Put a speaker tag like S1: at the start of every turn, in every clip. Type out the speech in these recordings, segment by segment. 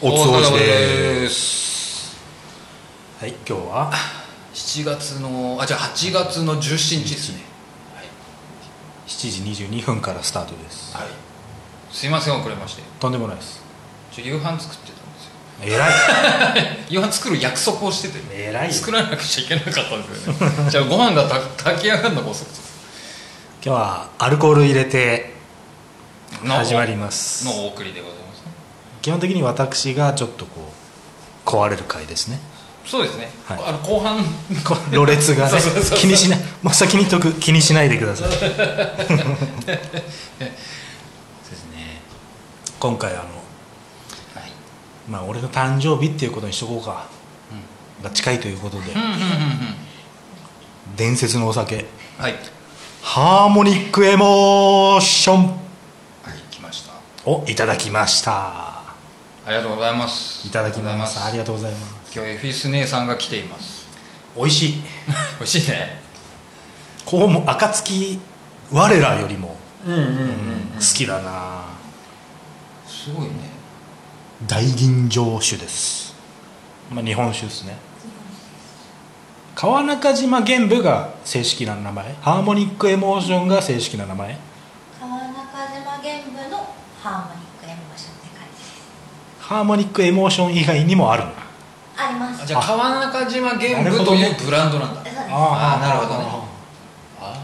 S1: おつおじですはい今日は
S2: 7月のあじゃあ8月の17日ですね
S1: 7時22分からスタートです
S2: はいすいません遅れまして
S1: とんでもないです
S2: ちょ夕飯作ってたんですよ
S1: 偉い
S2: 夕飯作る約束をしてて
S1: 偉いよ
S2: 作らなくちゃいけなかったんですよねじゃあご飯がた炊き上がるのが遅くて
S1: 今日はアルコール入れて始まります
S2: のお送りでございますね
S1: 基本的に私がちょっとこう壊れる回ですね
S2: そうですね、
S1: はい
S2: あの後半
S1: こうろれつがね
S2: そうそうそうそう
S1: 気にしない真っ先に言っとく気にしないでくださいそうですね今回あの
S2: はい
S1: まあ俺の誕生日っていうことにしとこうか、が近いということで、
S2: うんうんうん
S1: 伝説のお酒
S2: うんはい
S1: ハーモニックエモーション
S2: はい来ました
S1: をいただきました
S2: ありがとうございます
S1: いただきますあ
S2: あ
S1: り
S2: りが
S1: がとうございます
S2: とうございます今日エフィス姉さんが来ています
S1: 美味しい
S2: 美味しいね
S1: こうも暁我らよりも
S2: うんうんうん、
S1: 好きだな、
S2: すごいね
S1: 大吟醸酒です、まあ、日本酒ですね川中島玄武が正式な名前ハーモニックエモーションが正式な名前
S3: 川中島玄武のハーモニックエモーションって感じです
S1: ハーモニックエモーション以外にもあるの
S3: あります
S2: あじゃあ
S1: あ
S2: 川中島玄
S1: なる
S2: 武
S1: ほ
S2: と
S1: ど
S2: いう
S1: ね
S2: ブランドなんだ
S3: そうです
S2: あーなるほどね
S1: あ
S2: あ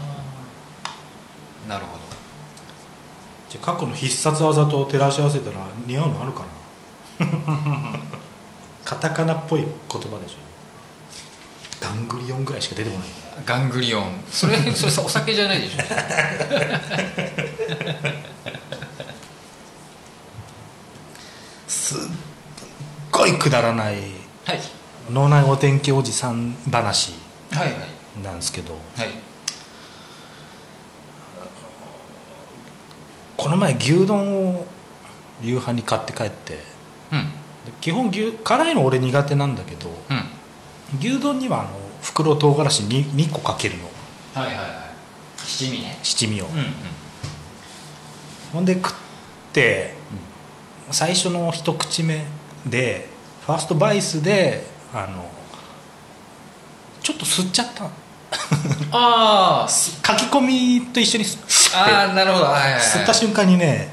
S2: あなるほど
S1: ーじゃあ過去の必殺技と照らし合わせたら似合うのあるかな カタカナっぽい言葉でしょガングリオンぐらいしか出てこない
S2: ガングリオンそれそれさお酒じゃない でしょ
S1: すっごいくだらない
S2: はい
S1: 脳内お天気おじさん話
S2: はいはい
S1: なんですけど
S2: はい
S1: この前牛丼を夕飯に買って帰ってで
S2: うん
S1: 基本牛辛いの俺苦手なんだけど
S2: うん
S1: 牛丼にはあの袋唐辛子に 2, 個かけるの
S2: はいはいはい七味ね
S1: 七味を、
S2: うんうん
S1: ほんで食って、最初の一口目でファーストバイスであのちょっと吸っちゃった
S2: あー
S1: す書き込みと一緒に吸って
S2: あーなるほどはいはいはい
S1: 吸った瞬間にね、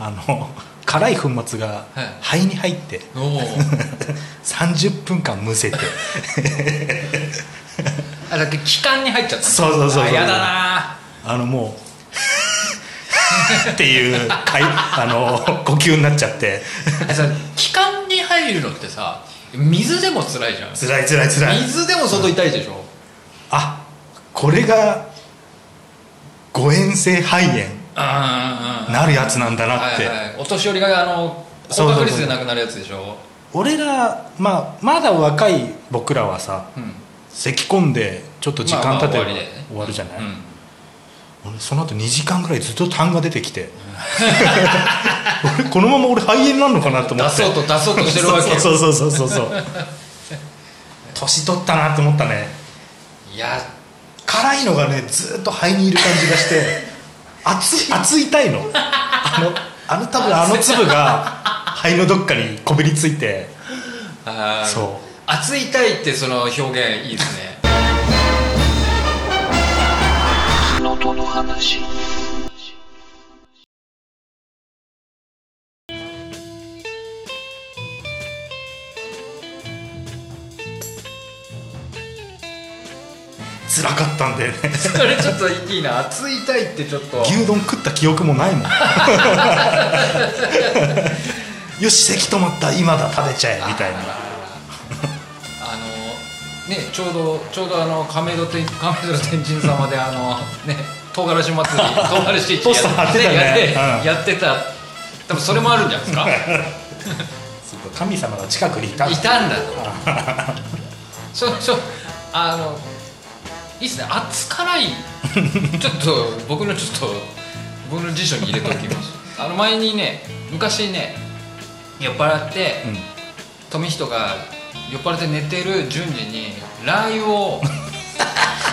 S2: は
S1: あ
S2: い
S1: の辛い粉末が
S2: はい
S1: 肺に入って
S2: おお
S1: 30分間むせて
S2: あだって気管に入っちゃった
S1: そうそうそうそう
S2: あやだな
S1: あのもう っていうかいあの呼吸になっちゃって
S2: ーあさ気管に入るのってさ水でも辛いじゃん
S1: つらいつらいつらい
S2: 水でも相当痛いでしょ
S1: あこれが誤嚥性肺炎
S2: あ
S1: なるやつなんだなって、
S2: はいはい、お年寄りがあの
S1: そ
S2: 高
S1: うそうそう
S2: 確率で亡くなるやつでしょ
S1: 俺ら、まあ、まだ若い僕らはさ
S2: うん
S1: 咳き込んでちょっと時間経てば
S2: まあまあ終わりだよね
S1: 終わるじゃない、
S2: うん
S1: 俺その後2時間ぐらいずっと痰が出てき て俺このまま俺肺炎になるのかなと思
S2: 出
S1: って
S2: そうと出そうとしてるわ け
S1: そうそうそうそうそうそ う年取ったなって思ったね
S2: いや
S1: 辛いのがねずっと肺にいる感じがして熱 い熱いたいのあのあの多分あの粒が肺のどっかにこびりついて
S2: あー
S1: そう
S2: 熱い痛いってその表現いいですね
S1: 辛かったんだよね
S2: それちょっといいな熱い痛いってちょっと
S1: 牛丼食った記憶もない もんよし咳止まった今だ食べちゃえみたいな
S2: あのねちょうどちょうどあの亀戸天亀戸の天神様であのね唐辛子祭り唐辛子市
S1: ポスター貼ってたね
S2: やっ
S1: うん
S2: てやってた多分それもあるんじゃないですか
S1: 神様が近くにいた
S2: いたんだとそう そうあのいいっすね熱辛いちょっと僕のちょっと僕の辞書に入れておきますあの前にね昔ね酔っ払って、
S1: うん
S2: 富人が酔っ払って寝てる順次にラー油を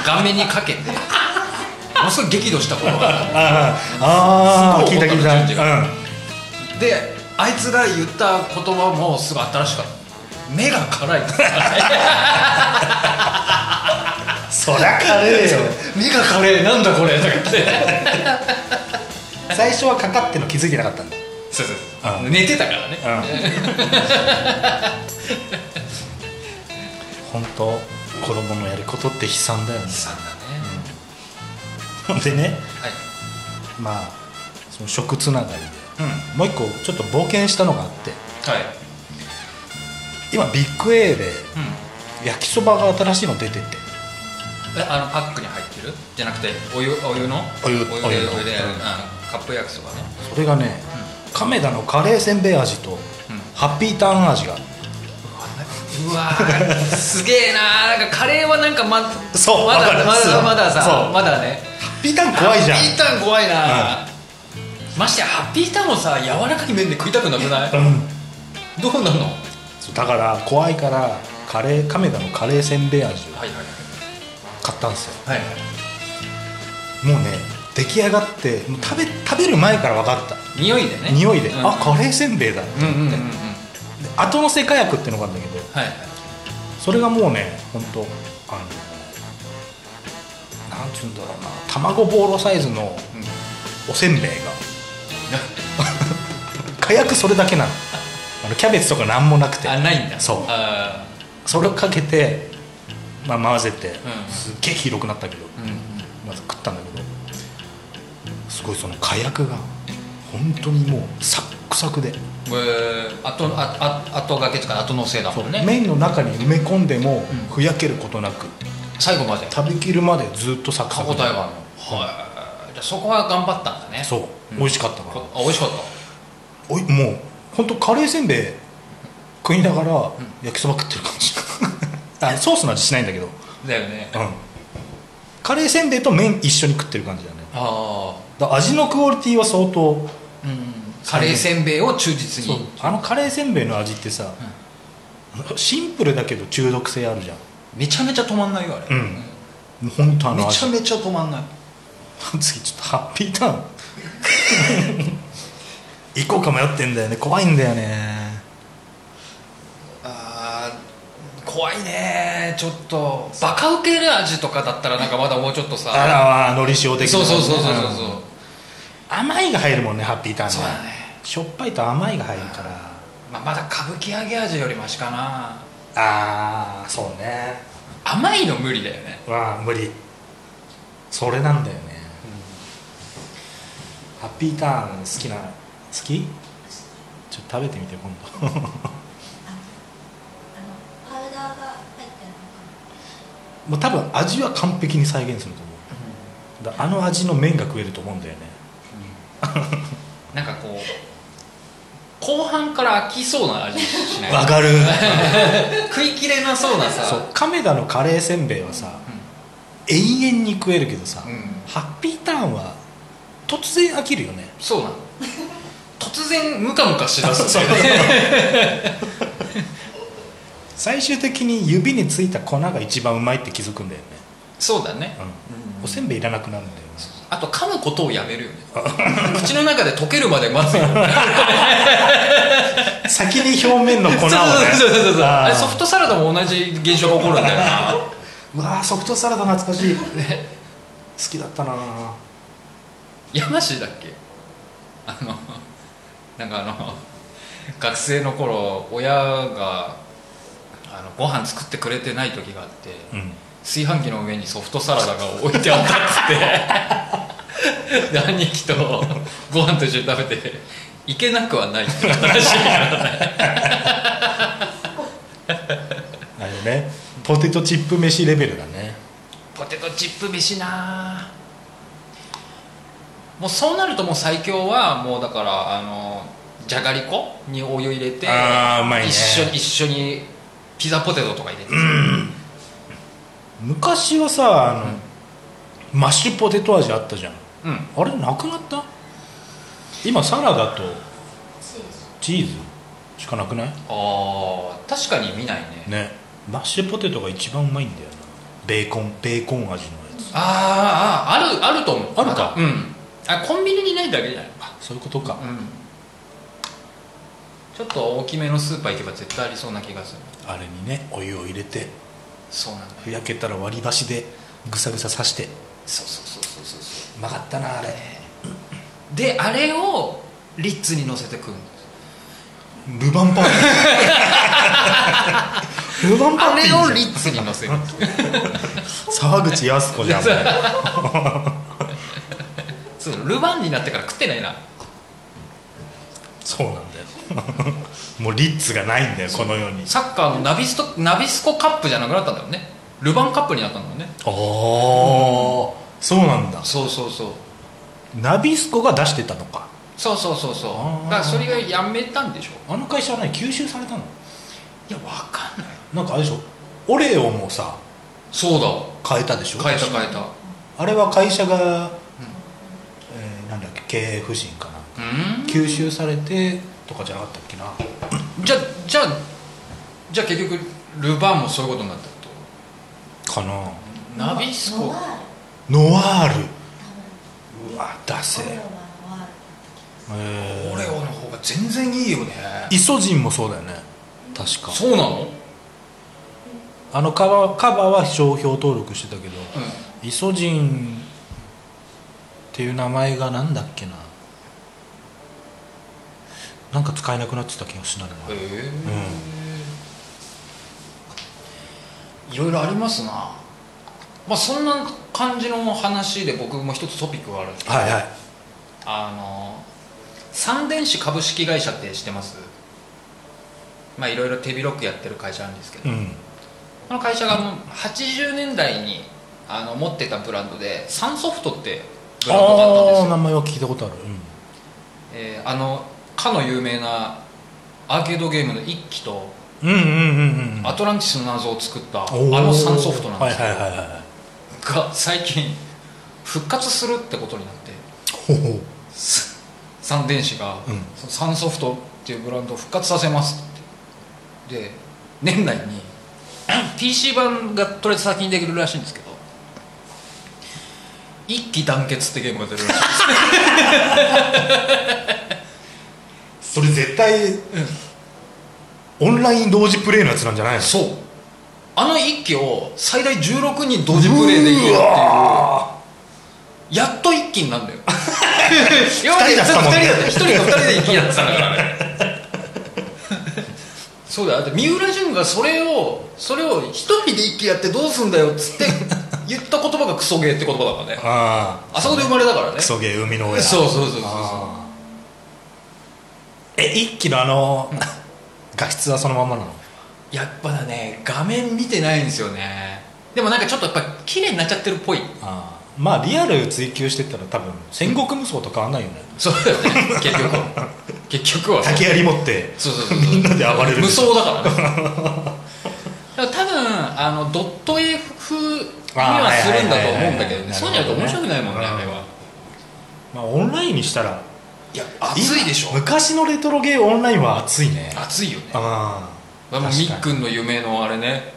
S2: 顔面にかけてものすごい激怒したことがある
S1: ああああ
S2: す
S1: 聞
S2: ご
S1: い
S2: い
S1: た聞
S2: 怒った
S1: い
S2: の順次
S1: た、うん、
S2: であいつが言った言葉もすごい新しかった目が辛い
S1: そりゃ軽いよ
S2: 目が辛いなんだこれとか言って
S1: 最初はかかってんの気づいてなかったんだ
S2: そうそうそう
S1: う
S2: 寝てたからね
S1: 本当子供のやることって悲惨だよね
S2: 悲惨だね
S1: ほんでね
S2: はい
S1: まあその食つながりで
S2: うん
S1: もう一個ちょっと冒険したのがあって
S2: はい
S1: 今ビッグ A で
S2: うん
S1: 焼きそばが新しいの出てて
S2: えあのパックに入ってるじゃなくてお湯お湯の
S1: お湯
S2: お湯で
S1: お
S2: お
S1: 湯
S2: 湯
S1: の
S2: で
S1: うん
S2: うんカップ焼きそばね
S1: それがね、亀田のカレーせんべい味と、
S2: うん
S1: ハッピーターン味が
S2: うわーすげえなーなんかカレーはなんかま
S1: そうわ
S2: ま
S1: か
S2: だ
S1: る
S2: ま
S1: そう
S2: だまだ
S1: そ
S2: さ
S1: う
S2: まだね
S1: ハッピーターン怖いじゃん
S2: ハッピーターン怖いな、ましてやハッピーターンもさ柔らかい麺で食いたくなくない
S1: うん
S2: どうなのはい
S1: そうだから怖いからカレー亀田のカレーせんべい味を
S2: はい
S1: 買ったんですよ
S2: はい
S1: もうね出来上がってもう食べ食べる前から分かった
S2: 匂いでね
S1: 匂いで、
S2: うん、
S1: あカレーせんべいだ
S2: うんうんうんうんはい
S1: で後乗せ火薬っていうのがあるんだけど
S2: はい
S1: それがもうね本当あのなんつうんだろうな卵ボーロサイズの
S2: うん
S1: おせんべいが火薬それだけなのあのキャベツとか何もなくて
S2: あないんだ
S1: そう
S2: あ
S1: それをかけて、まあ、混ぜて、
S2: ん
S1: すっげえ黄色くなったけど、
S2: ーうんうん
S1: まず食ったんだけどすごいその火薬が本当にもうサックサクで、
S2: えー、後ああ後掛けとか後のせいだもんね
S1: 麺の中に埋め込んでも
S2: う
S1: ふやけることなく
S2: 最後まで
S1: 食べきるまでずっとサク
S2: 歯
S1: サ
S2: 応
S1: クで
S2: えがあるのはいじゃあそこは頑張ったんだね
S1: そう、
S2: うん
S1: 美味しかったから
S2: こあ美味しかった
S1: おいもう本当カレーせんべい食いながら焼きそば食ってる感じ あソースの味しないんだけど、うん、
S2: だよね
S1: カレーせんべいと麺一緒に食ってる感じだね
S2: あ
S1: だから味のクオリティは相当、
S2: あうんカレーせんべいを忠実
S1: そう
S2: に
S1: あのカレーせんべいの味ってさ、シンプルだけど中毒性あるじゃん
S2: めちゃめちゃ止まんないよあれ、
S1: うんもう本当あの
S2: め
S1: 味
S2: ちゃめちゃ止まんない
S1: 次ちょっとハッピーターン 行こうか迷ってんだよね怖いんだよね
S2: あー怖いねちょっとバカウケる味とかだったらなんかまだもうちょっとさ
S1: あらはのり塩的な
S2: そうそうそうそうそうそう
S1: 甘いが入るもんねハッピーターンに
S2: そう
S1: は
S2: だね
S1: しょっぱいと甘いが入るから
S2: まあ、まだ歌舞伎揚げ味よりマシかな
S1: ああそうね
S2: 甘いの無理だよね
S1: わあ無理それなんだよね、ハッピーターン好きな好きちょっと食べてみて今度
S3: あのパウダーが入ってるのかな
S1: もう多分味は完璧に再現すると思うだあの味の麺が食えると思うんだよね
S2: なんかこう後半から飽きそうな味しない
S1: わかる
S2: 食いきれなそうなさ
S1: そう亀田のカレーせんべいはさ、永遠に食えるけどさ、
S2: うん
S1: ハッピーターンは突然飽きるよね
S2: そうなの突然ムカムカし だすんだよね
S1: 最終的に指についた粉が一番うまいって気づくんだよね、
S2: そうだね、
S1: うんおせんべいいらなくなるんだよね
S2: あと噛むことをやめるよね口の中で溶けるまで待つよ、ね、
S1: 先に表面 の粉を
S2: そう
S1: ね
S2: そうそうそうそう
S1: あー
S2: あれソフトサラダも同じ現象が起こるんだ よな
S1: うわーソフトサラダ懐かしい好きだったなあ
S2: 山師だっけあのなんかあの学生の頃親があのご飯作ってくれてない時があって、
S1: うん
S2: 炊飯器の上にソフトサラダが置いてあったっつってで兄貴とご飯と一緒に食べていけなくはないって話になる
S1: あれねポテトチップ飯レベルだね
S2: ポテトチップ飯なもうそうなるともう最強はもうだからあのじゃがりこにお湯入れて
S1: あーうまいね
S2: 一緒一緒にピザポテトとか入れて、
S1: 昔はさあの、マッシュポテト味あったじゃん
S2: うん
S1: あれなくなった今サラダと
S3: チーズ
S1: チーズしかなくない
S2: あー確かに見ないね
S1: ねマッシュポテトが一番うまいんだよなベーコンベーコン味のやつ
S2: あーあーあるあると思う
S1: あるか
S2: まだうんあコンビニにないだけじゃない
S1: あそういうことか、
S2: うんちょっと大きめのスーパー行けば絶対ありそうな気がする
S1: あれにねお湯を入れて
S2: そうなんだよ
S1: ふやけたら割り箸でぐさぐさ刺して
S2: そうそうそうそうそうそう
S1: 曲がったなあれ
S2: であれをリッツに乗せてくるんです
S1: ルバン パーティールバンパー
S2: あ
S1: ティ
S2: れ
S1: ー
S2: を
S1: じ
S2: リッツに乗せるんです
S1: ゃん沢口靖子じ ゃんもう
S2: そうルバンになってから食ってないな
S1: そうなんだよ もうリッツがないんだよこの世に
S2: サッカーのナビストナビスコカップじゃなくなったんだよねルバンカップになったんだよね
S1: ああそうなんだ
S2: そうそうそう
S1: ナビスコが出してたのか
S2: そうそうそうそう
S1: あー
S2: だからそれがやめたんでしょ
S1: あの会社はね吸収されたの
S2: いやわかんない
S1: なんかあれでしょオレオもさ
S2: そうだ
S1: 変えたでしょ
S2: 変えた変えた
S1: あれは会社が、えーなんだっけ経営不振かな
S2: うん
S1: 吸収されてとかじゃなかったっけな
S2: じゃじゃじゃあ結局ルバンもそういうことになったってこ
S1: かな
S2: とナビスコ
S3: ノワール
S1: ノワール
S3: 多分
S1: うわ出せ
S3: オレオ
S1: えー
S3: はノワール
S2: オレオの方が全然いいよね
S1: イソジンもそうだよね確か
S2: そうなの
S1: あのカバカバは商標登録してたけど
S2: う
S1: イソジンっていう名前がなんだっけななんか使えなくなってた気がしない
S2: ん
S1: な
S2: へえいろいろありますなまあそんな感じの話で僕も一つトピックがあるんですけど
S1: はいはい
S2: あの三電子株式会社って知ってますまあいろいろ手広くやってる会社なんですけど、
S1: うん
S2: この会社がもう80年代にあの持ってたブランドでサンソフトってブランドがあった
S1: あ
S2: ん
S1: あ
S2: です
S1: 名
S2: よ
S1: 前は聞いたことある
S2: えーあのかの有名なアーケードゲームの一機と
S1: うんうんうんうんうん
S2: アトランティスの謎を作ったあ
S1: おー
S2: のサンソフトなんですよ、
S1: はいはいはいはい
S2: が最近復活するってことになって
S1: ほうほう
S2: サン電子が、
S1: うん
S2: そのサンソフトっていうブランドを復活させますってで年内に PC 版がとりあえず先にできるらしいんですけど一気団結ってゲームが出る らしいです
S1: それ絶対、オンライン同時プレイのやつなんじゃないの
S2: そうあの一気を最大16人同時プレイできるっていう
S1: うわ
S2: やっと一気になんだ よ今
S1: 人だったもんね
S2: 1人と2人で一気やってたからねそうだよだって三浦淳がそれをそれを1人で一気やってどうすんだよっつって言った言葉がクソゲーって言葉だからね
S1: ああ
S2: あそこで生まれたからね
S1: ク
S2: そう
S1: ソゲー海の
S2: そ
S1: 親
S2: うそうそうそう
S1: あーえ一気のあの 画質はそのまんまなの
S2: やっぱだね画面見てないんですよねでもなんかちょっとやっぱ綺麗になっちゃってるっぽい
S1: あーまあリアル追求してったら多分戦国無双と変わんないよね
S2: そうだよね結局は結局はそう
S1: 竹槍持って
S2: そうそうそう
S1: みんなで暴れる
S2: 無双だからね だから多分あのドット絵風にはするんだと思うん
S1: あーはいはいはいは
S2: だけど
S1: い
S2: ねそうじゃないと面白くないもんね
S1: なる
S2: あ
S1: ほど
S2: れ
S1: ね
S2: は
S1: まあオンラインにしたら
S2: いや熱いでしょ
S1: 昔のレトロゲーオンラインは熱いね
S2: 熱いよね
S1: あ
S2: あの
S1: 確
S2: み
S1: かに
S2: っくんの夢のあれね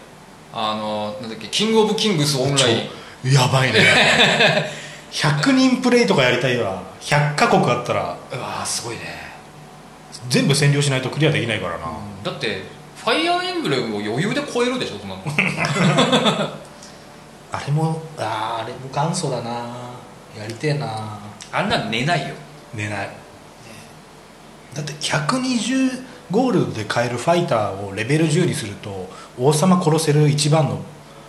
S2: あのなんだっけキングオブキングスオンライン
S1: あやばいね 100人プレイとかやりたいわ100カ国あったら
S2: うわーすごいね
S1: 全部占領しないとクリアできないからな、
S2: だってファイアーエンブレムを余裕で超えるでしょそん なの
S1: あれもあーあれも元祖だなやりてえな
S2: あんなの寝ないよ
S1: 寝ないだって120ゴールドで買えるファイターをレベル10にすると王様殺せる一番の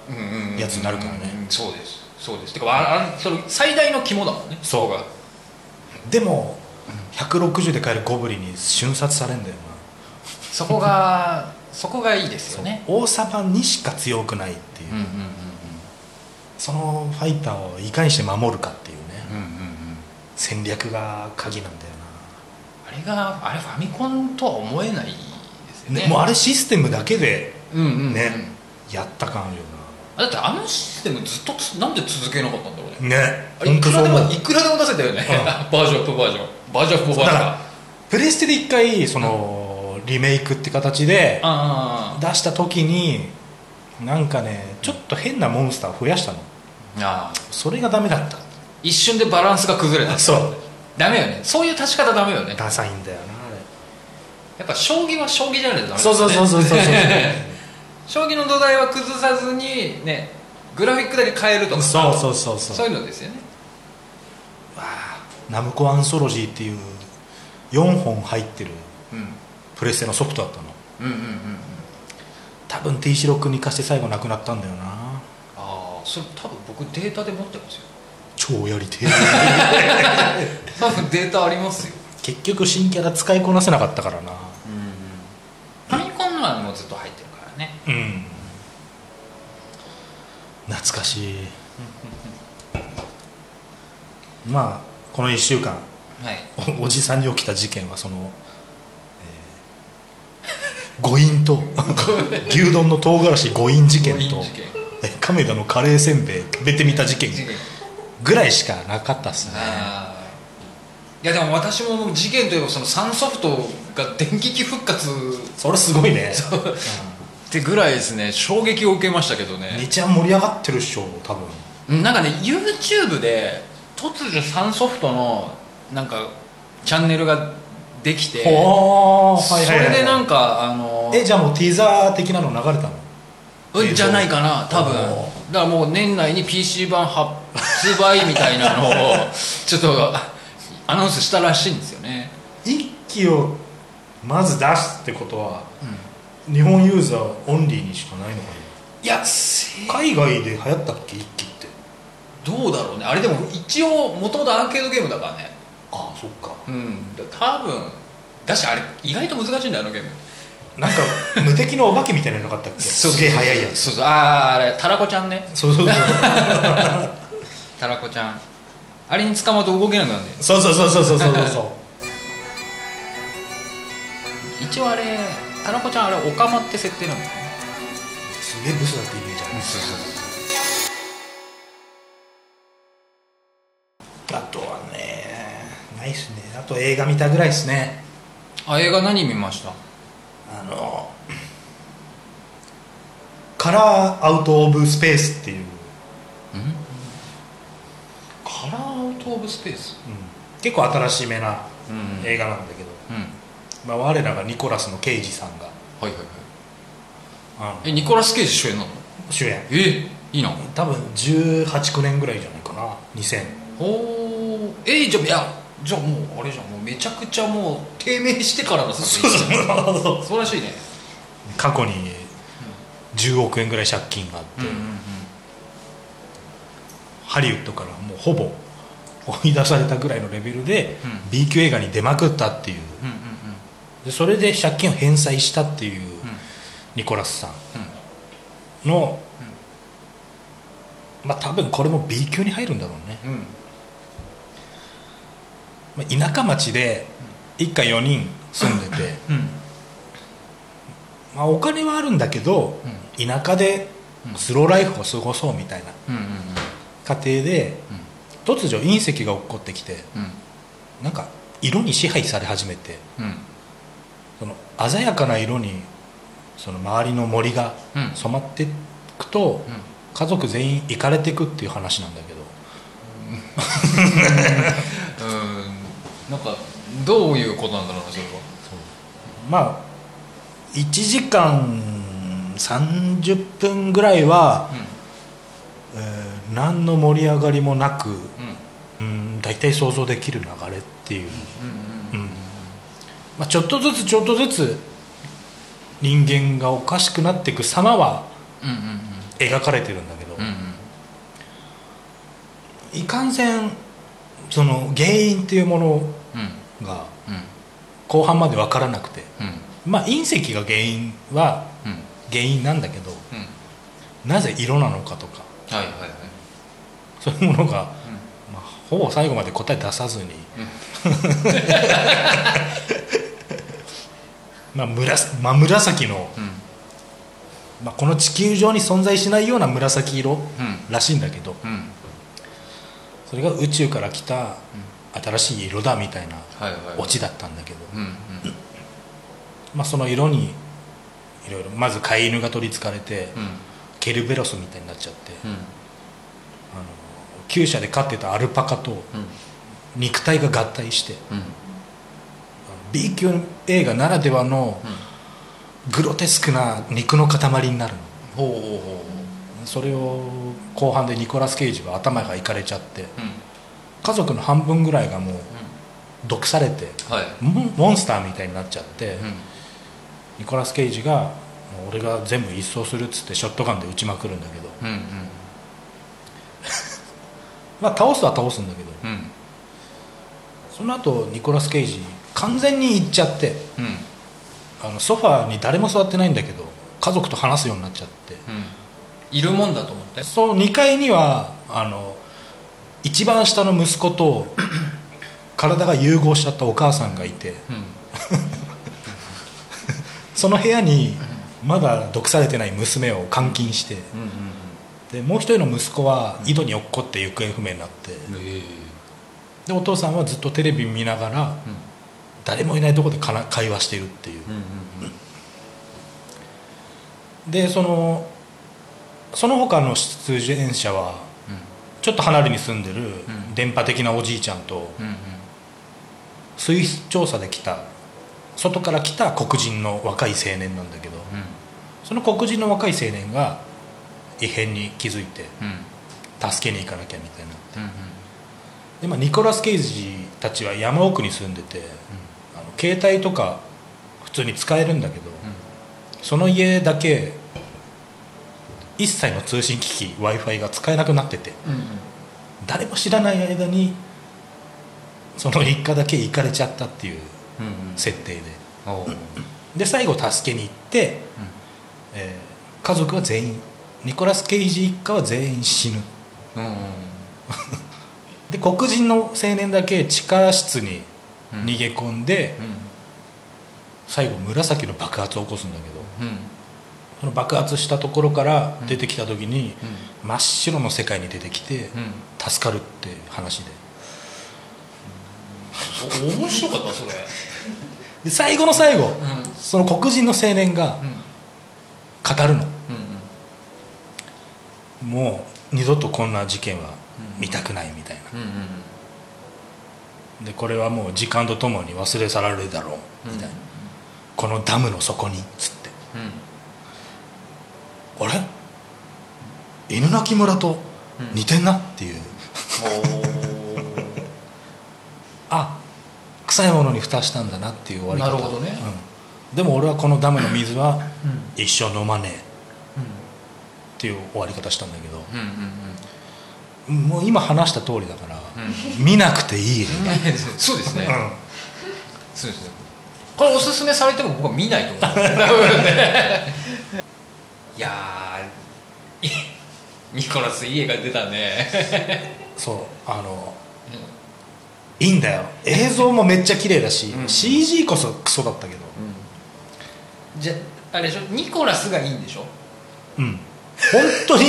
S2: うんうんうん
S1: やつになるからね
S2: うんそうですそうですてかああそれ最大の肝だもんね
S1: そう
S2: が
S1: でも160で買えるゴブリンに瞬殺されんだよ
S2: そこがそこがいいですよ
S1: な、
S2: ね
S1: 王様にしか強くないっていう、
S2: うんうん
S1: そのファイターをいかにして守るかっていうね、
S2: うんうんうんうん
S1: 戦略が鍵なんだよ
S2: あれがあれファミコンとは思えないですよ
S1: な、
S2: ね
S1: ねもうあれシステムだけで
S2: うんうん、うん、
S1: ねやった感あるよ
S2: だってあのシステムずっとつなんで続けなかったんだろうね
S1: なね
S2: あれいくらで
S1: う
S2: もいくらでも出せたよね、 バージョンアップバージョンバージョンアップバージョン
S1: だからプレステで一回その、リメイクって形で
S2: あ
S1: 出した時になんかねちょっと変なモンスターを増やしたの
S2: ーあー
S1: それがダメだっ
S2: 一瞬でバランスが崩れた
S1: たそう
S2: ダメよねそういう足し方ダメよね
S1: ダサいんだよなあれ
S2: やっぱ将棋は将棋じゃないと ダメだね
S1: そうそうそうそうそう
S2: 将棋の土台は崩さずにねグラフィックだけ変えるとか
S1: そうそうそうそう
S2: そういうのですよね
S1: ナムコアンソロジーっていう4本入ってる
S2: うん
S1: プレステのソフトだったの
S2: うんうんうんうん
S1: 多分 T 四六に貸して最後なくなったんだよな
S2: ああそれ多分僕データで持ってます よ
S1: 超やり てえ
S2: 多分データありますよ
S1: 結局新キャラ使いこなせなかったからな
S2: うんファミコンのはもうずっと入ってるからね
S1: うん懐か しいまあこの1週間
S2: はい
S1: おおじさんに起きた事件はその、えー、誤飲 と牛丼の唐辛子誤飲事件
S2: 誤
S1: と
S2: 飲事件
S1: え亀田のカレーせんべい食べてみた事件
S2: 事件
S1: ぐらいしかなかったっすね
S2: ああいやでも私も事件といえばそのサンソフトが電撃復活
S1: それすごい ね
S2: ってぐらいですね衝撃を受けましたけど
S1: め
S2: ね
S1: ちゃ盛り上がってるっしょ多分
S2: なんかね YouTube で突如サンソフトのなんかチャンネルができて
S1: お
S2: それでなんかあの
S1: えじゃあもうティザー的なの流れたの
S2: うんじゃないかな多分
S1: お
S2: だからもう年内に PC 版発売みたいなのを ちょっとアナウンスしたらしいんですよね
S1: 一機をまず出すってことは、日本ユーザーオンリーにしかないのか
S2: いや
S1: な海外で流行ったっけ一機って
S2: どうだろうねあれでも一応元々アーケードゲームだからね
S1: ああそっか
S2: うんだ多分だしあれ意外と難しいんだよあのゲーム
S1: なんか無敵のお化けみたいなのなかったっけ すげえ速いやつ
S2: そうそうあああれタラコちゃんね
S1: そうそうそう
S2: タラコちゃんあれに捕まうと動けなくなるんだよ
S1: そうそうそうそうそうそうそう
S2: 一応あれタラコちゃんあれオカマって設定なのね
S1: すげえブスだってイメージある
S2: そうそう
S1: あとはねないっすねあと映画見たぐらいっすね
S2: あ映画何見ました
S1: あのカラーアウト・オブ・スペースっていう、
S2: カラーアウト・オブ・スペース
S1: 結構新しめな
S2: うんうん
S1: 映画なんだけど、
S2: うん
S1: まあ、我らがニコラスの刑事さんが
S2: はいはいはい
S1: あの
S2: えニコラス・ケイジ主演なの
S1: 主演
S2: えいいな
S1: 多分189年ぐらいじゃないかな2000
S2: おーえじゃあいやじゃあもうあれじゃんもうめちゃくちゃもう低迷してからの作品そうそうそうらしいね
S1: 過去に10億円ぐらい借金があって、
S2: うんうんうん
S1: ハリウッドからもうほぼ追い出されたぐらいのレベルで
S2: うん
S1: B 級映画に出まくったっていう
S2: うんうん
S1: でそれで借金を返済したっていう
S2: うんうん
S1: ニコラスさん
S2: うん
S1: の、まあ多分これも B 級に入るんだろうね、
S2: うん
S1: まあ、田舎町で一家4人住んでて、
S2: うん
S1: まあ、お金はあるんだけど、田舎でスローライフを過ごそうみたいな
S2: うんうん
S1: 家庭で、突如隕石が落っこってきてなんか色に支配され始めて
S2: うんうん
S1: その鮮やかな色にその周りの森が
S2: うん
S1: 染まっていくと、
S2: うん
S1: 家族全員行かれていくっていう話なんだけど
S2: なんかどういうことなんだろうなそれは
S1: まあ1時間30分ぐらいは、えー何の盛り上がりもなく、
S2: うんう
S1: う
S2: ん
S1: ん、大体想像できる流れっていう、
S2: うん
S1: うんまあ、ちょっとずつちょっとずつ人間がおかしくなっていく様は
S2: うん
S1: 描かれてるんだけど、
S2: うんうんうん
S1: いかんせんその原因っていうもの
S2: うん
S1: が
S2: うん
S1: 後半まで分からなくて
S2: うん
S1: まあ隕石が原因は
S2: うん
S1: 原因なんだけど
S2: うん
S1: なぜ色なのかとか
S2: はいはいはい
S1: そういうものが、まあ、ほぼ最後まで答え出さずに、 まあ、紫真紫の、
S2: うん
S1: まあ、この地球上に存在しないような紫色
S2: うん
S1: らしいんだけど
S2: うん
S1: それが宇宙から来た新しい色だみたいな
S2: はいはい
S1: オチだったんだけど、
S2: うんうん
S1: まあ、その色にいろいろまず飼い犬が取りつかれて、
S2: うん
S1: ケルベロスみたいになっちゃって、
S2: うん
S1: あの厩舎で飼ってたアルパカと
S2: うん
S1: 肉体が合体して
S2: うん
S1: あの B 級映画ならではのグロテスクな肉の塊になるの
S2: ほうほうほうほ
S1: それを後半でニコラス・ケイジは頭がいかれちゃって
S2: ううん
S1: 家族の半分ぐらいがもう毒されて
S2: はい
S1: モンモンスターみたいになっちゃって、
S2: うん
S1: ニコラス・ケイジが「もう俺が全部一掃する」っつってショットガンで撃ちまくるんだけど、
S2: うん
S1: まあ、倒すは倒すんだけど
S2: うんうん
S1: その後ニコラス・ケイジ完全に行っちゃって
S2: うんうん
S1: あのソファーに誰も座ってないんだけど家族と話すようになっちゃって
S2: いるもんだと思って
S1: そう2階にはあの一番下の息子と 体が融合しちゃったお母さんがいて
S2: うん
S1: その部屋にまだ毒されてない娘を監禁して
S2: うん
S1: でもう一人の息子は井戸に落っこって行方不明になって
S2: うんうんええ
S1: でお父さんはずっとテレビ見ながら
S2: うん
S1: 誰もいないところでかな会話してるっていう
S2: うん
S1: でそのその他の出演者はちょっと離れに住んでる
S2: ん
S1: 電波的なおじいちゃんと
S2: うんうんうん
S1: 水質調査で来た外から来た黒人の若い青年なんだけどその黒人の若い青年が異変に気づいて
S2: うんうん
S1: 助けに行かなきゃみたいな
S2: うん
S1: で、まあ、ニコラス・ケイジたちは山奥に住んでて、あの携帯とか普通に使えるんだけど、その家だけ一切の通信機器 w i f i が使えなくなってて
S2: うんうん
S1: 誰も知らない間にその一家だけ行かれちゃったっていう
S2: うんうん
S1: 設定で
S2: おううん
S1: で最後助けに行って、えー家族は全員ニコラス・ケイジ一家は全員死ぬ
S2: うんうん
S1: で黒人の青年だけ地下室に逃げ込んで、最後紫の爆発を起こすんだけど
S2: うんうん
S1: その爆発したところから出てきた時に、
S2: うん
S1: 真っ白の世界に出てきて、
S2: うん
S1: 助かるって話で
S2: お面白かったそれ
S1: で最後の最後、
S2: うんうん
S1: その黒人の青年が語るの、
S2: うん
S1: もう二度とこんな事件は見たくないみたい
S2: うんうんうん
S1: なでこれはもう時間とともに忘れ去られるだろうみたいな、このダムの底につって
S2: うん
S1: あれ犬鳴村と似てんなっていう、あ臭いものに蓋したんだなっていう終わり方
S2: なるほどね
S1: うんでも俺はこのダムの水は
S2: うん
S1: 一生飲まねえっていう終わり方したんだけど
S2: うんうんうん
S1: もう今話した通りだから、
S2: う
S1: 見なくていい映
S2: うんそうですね
S1: 画、うん
S2: そうですねこれおすすめされても僕は見ないと思ういやーいニコラスいい映画出たね
S1: そうあのいいんだよ映像もめっちゃ綺麗だし、
S2: うん
S1: CG こそクソだったけど
S2: じゃあれでしょニコラスがいいんでしょ
S1: うん本当に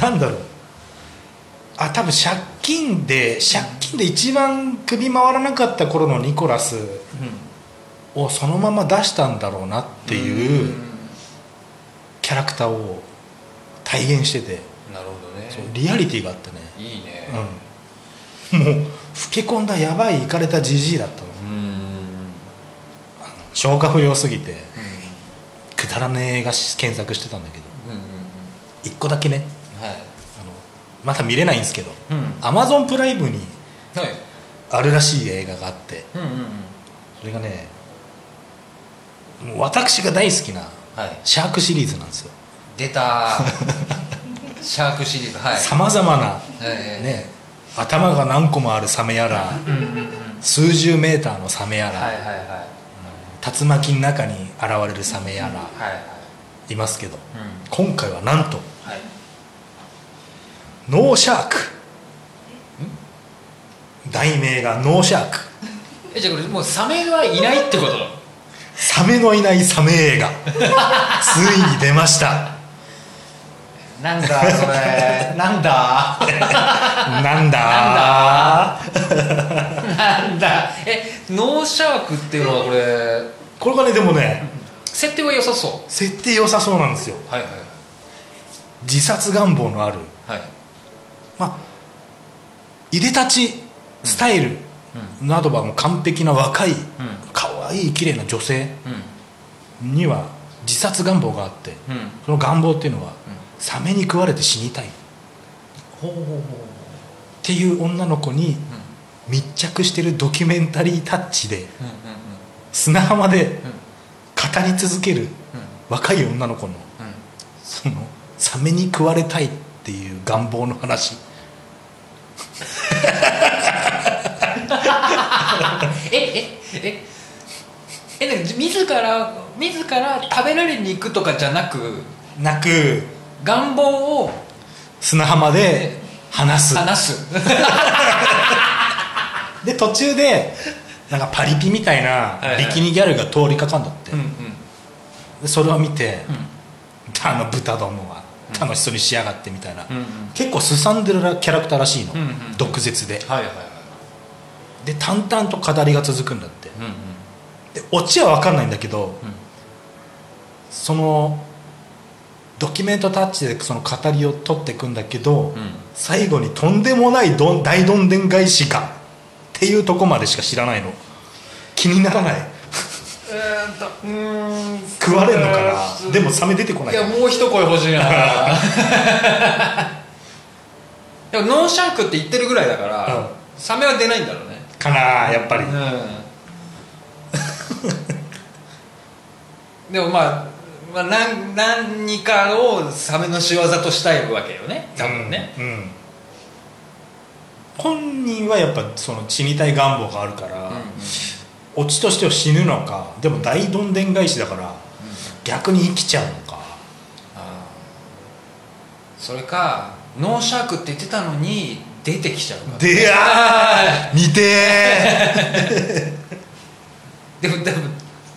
S1: なんだろうあ多分借金で借金で一番首回らなかった頃のニコラスをそのまま出したんだろうなっていうキャラクターを体現してて、
S2: なるほどね
S1: そうリアリティがあってね、
S2: いいね
S1: うん、もう老け込んだやばいイカれたじじいだったの
S2: うん
S1: 消化不良すぎてくだらねえ映画し検索してたんだけど
S2: うんうん
S1: 一個だけね
S2: はい
S1: あのまだ見れないんですけど
S2: うん
S1: アマゾンプライムに
S2: はい
S1: あるらしい映画があって
S2: うんうんうん
S1: それがねもう私が大好きな
S2: はい
S1: シャークシリーズなんですよ
S2: 出たシャークシリーズはい
S1: さまざまな、
S2: ええ
S1: ね、頭が何個もあるサメやら数十メーターのサメやら、
S2: はいはいはいは
S1: 竜巻の中に現れるサメやら
S2: いはい
S1: いますけど、
S2: うん
S1: 今回はなんと
S2: はい
S1: ノーシャーク題名がノーシャーク
S2: えじゃあこれもうサメはいないってこと
S1: サメのいないサメ映画ついに出ました
S2: なんだそれなんだ
S1: なんだ
S2: なんだえノーシャークっていうのはこれ
S1: これがねでもね
S2: 設定は良さそ
S1: 設定良さそうなんですよ
S2: うはいはい
S1: 自殺願望のある
S2: はい
S1: まあいでたちスタイルなどはもう完璧な若い
S2: うん
S1: 可愛い綺麗な女性には自殺願望があって
S2: うんうん
S1: その願望っていうのはサメに食われて死にたいっ
S2: ほうほうほうほ
S1: ていう女の子に
S2: ううん
S1: 密着してるドキュメンタリータッチで
S2: うんうん
S1: 砂浜で
S2: うん
S1: 語り続ける若い女の子の
S2: うんうん
S1: そのサメに食われたいっていう願望の話
S2: ええええなんか自ら自ら食べられに行くとかじゃなく
S1: なく
S2: 願望を
S1: 砂浜で話す
S2: 話す
S1: で途中でなんかパリピみたいな
S2: はいはい
S1: ビキニギャルが通りかかんだって、
S2: うんうん
S1: でそれを見て、
S2: う
S1: あの豚どもは楽しそうにしやがってみたいな、
S2: んうん
S1: 結構すさんでるキャラクターらしいの、
S2: うんうん
S1: 毒舌で
S2: はいはいはい
S1: で淡々と語りが続くんだって
S2: うんうん
S1: でオチは分かんないんだけど
S2: うん
S1: そのドキュメントタッチでその語りを取っていくんだけど、
S2: うん
S1: 最後にとんでもないどん大どんでん返しかっていうとこまでしか知らないの気にならない食われるのかなでもサメ出てこない
S2: いやもう一声欲しいなでもノンシャークって言ってるぐらいだから、
S1: うん
S2: サメは出ないんだろうね
S1: かなやっぱり、
S2: うん でもまあ、まあ、なん何かをサメの仕業としたいわけよね多分ね、
S1: うん、うん本人はやっぱその死にたい願望があるから、オチとしては死ぬのかでも大どんでん返しだから逆に生きちゃうのか
S2: あーそれかノンシャークって言ってたのに出てきちゃうから
S1: であー見て
S2: でもでも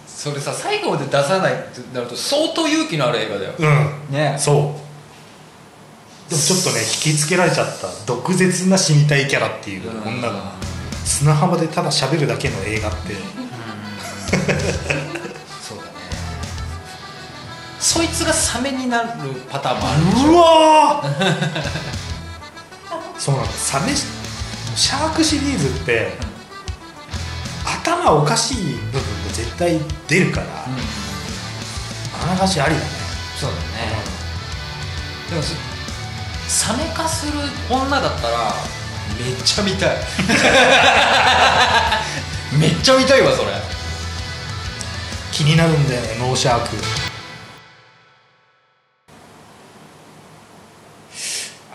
S2: それさ最後まで出さないってなると相当勇気のある映画だよ
S1: ーう
S2: ね
S1: んそうでもちょっとね引きつけられちゃった毒舌な死にたいキャラっていう女が砂浜でただ喋るだけの映画って
S2: そうだねそいつがサメになるパターンもあるでし
S1: うわーそうなんですサメシシャークシリーズって、頭おかしい部分が絶対出るから、
S2: ょ、
S1: あながちありだね、
S2: そうだね、でもそサメ化する女だったらめっちゃ見 たいめっちゃ見たいわそれ
S1: 気になるんだよねノーシャーク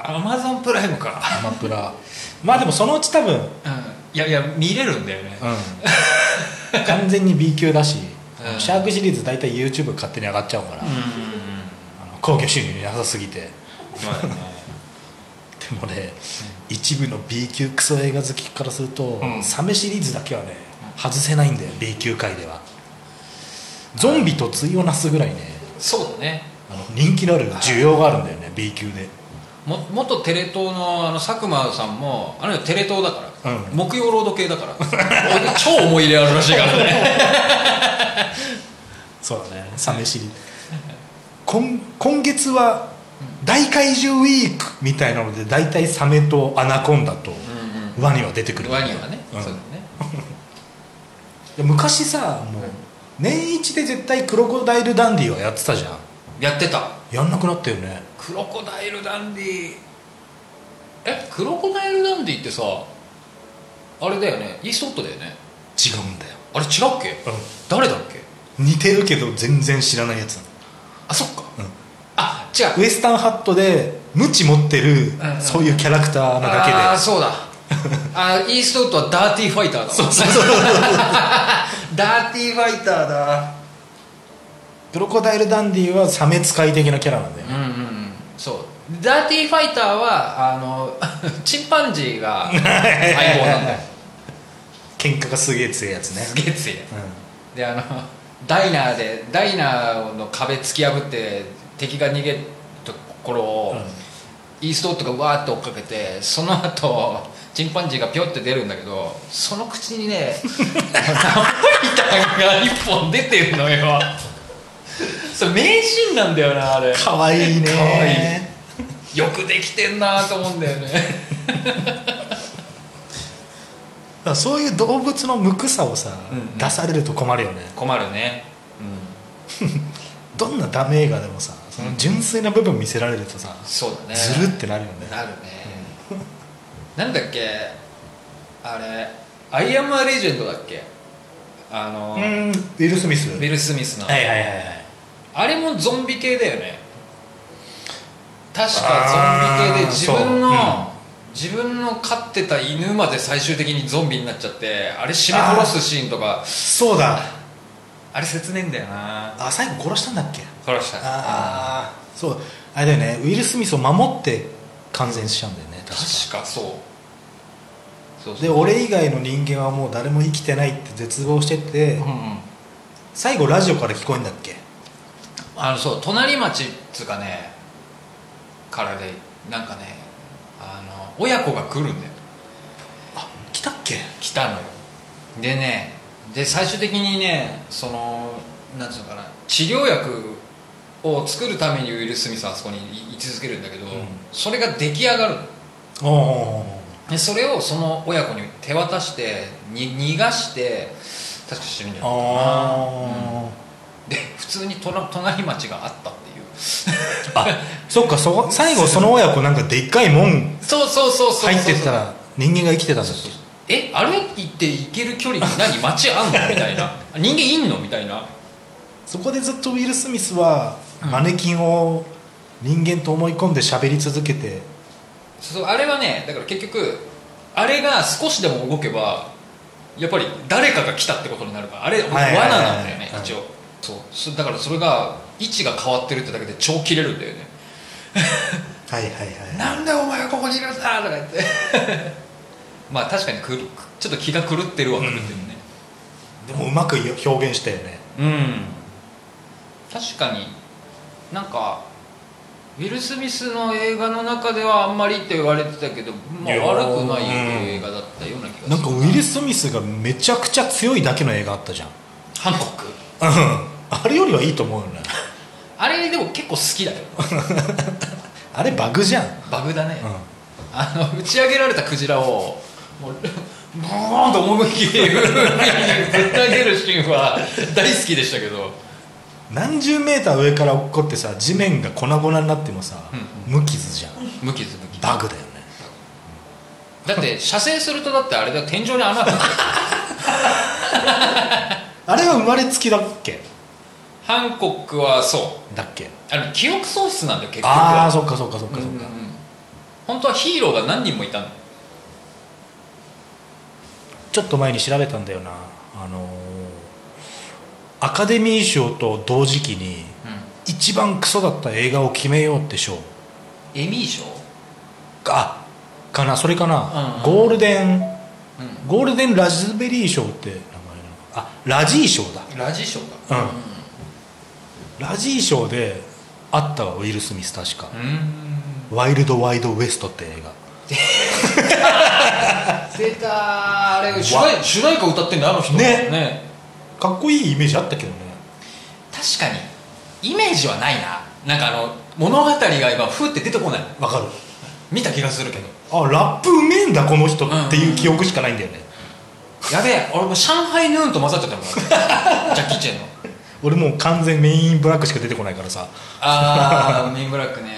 S2: アマゾンプライムか
S1: アマプラまあでもそのうち多分、うん、
S2: うんいやいや見れるんだよね、
S1: 完全に B 級だし、
S2: うん
S1: シャークシリーズ大体 YouTube 勝手に上がっちゃうから、あの興行収入なさすぎて
S2: まあね
S1: でもね、一部の B 級クソ映画好きからすると、
S2: うん
S1: サメシリーズだけはね外せないんだよ B 級界ではゾンビと対をなすぐらいね
S2: そうだね
S1: あの人気のある需要があるんだよね B 級で
S2: も元テレ東のあの佐久間さんもあの人テレ東だから、
S1: うん
S2: 木曜ロード系だから 俺超思い入れあるらしいからね
S1: そうだねサメシリーズ今今月は大怪獣ウィークみたいなので大体サメとアナコンダとワニは出てくる
S2: ワニはね、
S1: うん
S2: そうだね
S1: で昔さもう年一で絶対クロコダイルダンディはやってたじゃん
S2: やってた
S1: やんなくなったよね
S2: クロコダイルダンディえクロコダイルダンディってさあれだよねイーストウッドだよね
S1: 違うんだよ
S2: あれ違うっけ誰だっけ
S1: 似てるけど全然知らないやつなの
S2: あそっか、
S1: うん
S2: あ違う
S1: ウエスタンハットでムチ持ってる
S2: うんうん
S1: そういうキャラクターなだけ
S2: ああ
S1: で
S2: そうだあーイーストウッドはダーティーファイターだそうそうそうダーティーファイターだ
S1: クロコダイルダンディはサメ使い的なキャラなんだよ
S2: う
S1: ね
S2: んうんうんそうダーティーファイターはあの チンパンジー が相棒なんだよ
S1: 喧嘩がすげえ強いやつね
S2: すげえ強い
S1: うん
S2: であの ダイナーでダイナーの壁突き破って敵が逃げるところを、
S1: うん
S2: イーストウッドがわーって追っかけてその後チンパンジーがピョって出るんだけどその口にねナポリタンが一本出てるのよそれ名シーンなんだよなあれよ
S1: かわいいね
S2: かわいいくできてんなと思うんだよね
S1: からそういう動物の無垢さをさ、
S2: うんうん
S1: 出されると困るよね
S2: 困るね
S1: どんなダメ映画でもさその純粋な部分見せられるとさ、
S2: そうだね
S1: ずるってなるよね
S2: なるね、なんだっけあれ「アイアム・ア・レジェンド」だっけあの、
S1: うんウィル・スミス
S2: ウィル・スミスの、
S1: はいはいはいはい
S2: あれもゾンビ系だよね確かゾンビ系で自分の、
S1: あ
S2: 自分の飼ってた犬まで最終的にゾンビになっちゃってあれ締め殺すシーンとかあ
S1: そうだ
S2: れ切ねえんだよな
S1: あ最後殺したんだっけ
S2: 殺した
S1: ああそうあれだよねウィル・スミスを守って感染しちゃうんだよね確か
S2: 確かそうそうそう
S1: で俺以外の人間はもう誰も生きてないって絶望してて、
S2: うんうん
S1: 最後ラジオから聞こえんだっけ
S2: あのそう隣町っつうかねからでなんかねあの親子が来るんだよ
S1: あ来たっけ
S2: 来たのよでねで最終的にねそのなんていうのかな治療薬を作るためにウィル・スミスはあそこにい居続けるんだけど、
S1: ん
S2: それが出来上がるの
S1: おお
S2: でそれをその親子に手渡してに逃がして確か死ぬんじゃないかな、
S1: あ
S2: うんで普通に隣隣町があったっていう
S1: ーそっかそ最後その親子なんかでっかいもん
S2: そうそうそうそうそう
S1: 入ってったら人間が生きてたんだっ
S2: そうそうそうえ歩いて行ける距離に何街あんのみたいな人間いんのみたいな
S1: そこでずっとウィル・スミスはマネキンを人間と思い込んで喋り続けて
S2: そうあれはねだから結局あれが少しでも動けばやっぱり誰かが来たってことになるからあれ罠
S1: はいはいはいはい
S2: なんだよね
S1: はい
S2: 一応そうそだからそれが位置が変わってるってだけで超切れるんだよね
S1: はいはい
S2: 「
S1: はい
S2: なんでお前はここにいるんだ!」とか言って まあ確かにくるちょっと気が狂ってるわ狂ってるね
S1: でもうまく表現したよね
S2: うん、確かになんかウィル・スミスの映画の中ではあんまりって言われてたけど、まあ、
S1: いや
S2: 悪くない
S1: うん
S2: 映画だったような気がする
S1: なんかウィル・スミスがめちゃくちゃ強いだけの映画あったじゃんうん
S2: ハンコック
S1: あれよりはいいと思うよね
S2: あれでも結構好きだけど
S1: あれバグじゃん、
S2: バグだね、
S1: うん、
S2: あの打ち上げられたクジラをもうブーンと思いっきり海にぶったげるシーンは大好きでしたけど
S1: 何十メーター上から落っこってさ地面が粉々になってもさ、無傷じゃん
S2: 無傷無傷
S1: バグだよね
S2: だって射精するとだってあれだ天井に穴が開く
S1: あれは生まれつきだっけ
S2: ハンコックはそう
S1: だっけ
S2: あの記憶喪失なんだよ結局
S1: ああ
S2: は
S1: そっかそっかそっかそっ
S2: うんうん
S1: か、
S2: 本当はヒーローが何人もいたの
S1: ちょっと前に調べたんだよなあのーアカデミー賞と同時期に一番クソだった映画を決めようって賞
S2: エミー賞
S1: あかなそれかな、
S2: うん
S1: ゴールデン
S2: う
S1: ゴールデンラズベリー賞って名前なのかなあラジー賞だ
S2: んラジ賞か
S1: うんラジー賞であったわウィル・スミス確か
S2: う、ん
S1: ワイルド・ワイド・ウエストって映画
S2: 出たあれ主題主題歌歌ってんだあの人
S1: ね
S2: ね
S1: かっこいいイメージあったけどね
S2: 確かにイメージはないななんかあの物語が今ふーって出てこない
S1: わかる
S2: 見た気がするけど
S1: あラップうめえんだこの人っていう記憶しかないんだよね、
S2: やべえ俺もう上海ヌーンと混ざっち ゃったもんジャッキー・チェンの
S1: 俺もう完全メインブラックしか出てこないからさ
S2: ああメインブラックね、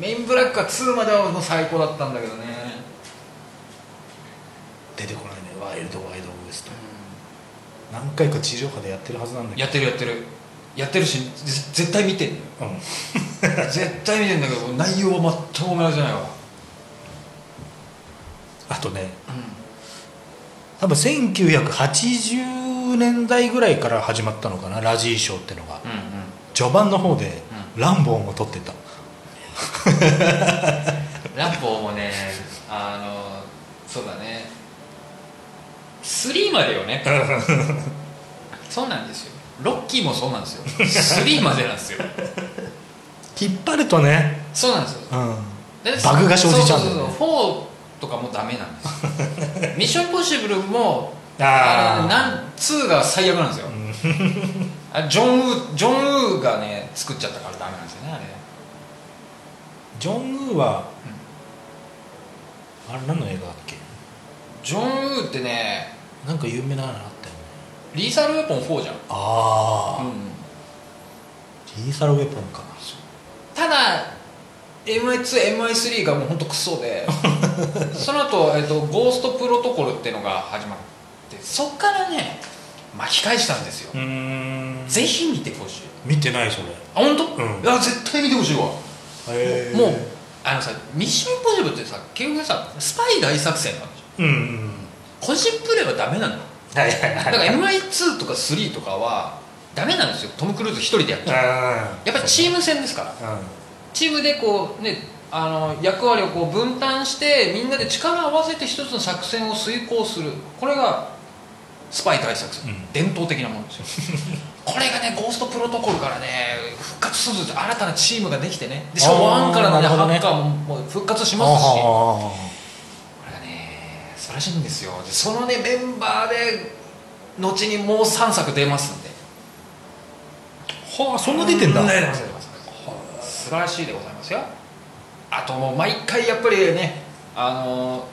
S2: メインブラックは2まではもう最高だったんだけどね
S1: 出てこないねワイルド・ワイド・ウエスト何回か地上波でやってるはずなんだけ
S2: やってるやってるやってるしぜ絶対見 てんのよ
S1: ど、うん、
S2: 絶対見てんだけど内容は全く同じじゃないわ
S1: あとね多分1980年代ぐらいから始まったのかなラジーショーってのが
S2: うんうん
S1: 序盤の方でランボーも撮ってた
S2: ランボーもねあのそうだね3までよ ねそうなんですよロッキーもそうなんですよ3までなんですよ
S1: 引っ張るとね、
S2: そうなんですよ
S1: うん、
S2: だって
S1: バグが生じちゃうんだよね
S2: そうそうそう4とかもダメなんですよ ミッションインポッシブルも
S1: あー
S2: あれなん2が最悪なんですよ あれジョン・ウージョン・ウーがね作っちゃったからダメなんですよねあれ
S1: ジョン・ウーは、あれ何の映画だっけ
S2: ジョン・ウーってね
S1: なんか有名なのあったよね
S2: リーサル・ウェポン4じゃん、
S1: ああ、リーサルウェポンか
S2: ただ MI2MI3 がもうほんとクソ でその後、えっとゴーストプロトコル」ってのが始まってそっからね巻き返したんですよ、
S1: うーん
S2: ぜひ見てほしい
S1: 見てないそれへ
S2: あ本当？
S1: うん
S2: いや絶対見てほしいわ、
S1: え
S2: もうあのさ「ミッション・インポッシブル」ってさ結局さスパイ大作戦なんでしょ
S1: うんうん
S2: 個人プレーはダメなのよ
S1: はいはい
S2: だから
S1: い
S2: MI2 とか3とかはダメなんですよトム・クルーズ一人でやっちゃう
S1: あ
S2: やっぱチーム戦ですから
S1: ー
S2: チームでこうねあの役割をこう分担してみんなで力を合わせて一つの作戦を遂行するこれがスパイ大作戦、
S1: うん
S2: 伝統的なものですよ これがねゴーストプロトコルからね復活するんです新たなチームができてねでしかも
S1: あー
S2: ワンからの、ね
S1: なるほ
S2: ハ
S1: どね
S2: ッカーももう復活し
S1: うん
S2: ますしこ
S1: あ
S2: れがね素晴らしいんですよでそのねメンバーで後にもう3作出ますんで
S1: ーはあそんな出てんだ、
S2: う出てます出てます素晴らしいでございますよあともう毎回やっぱりねあの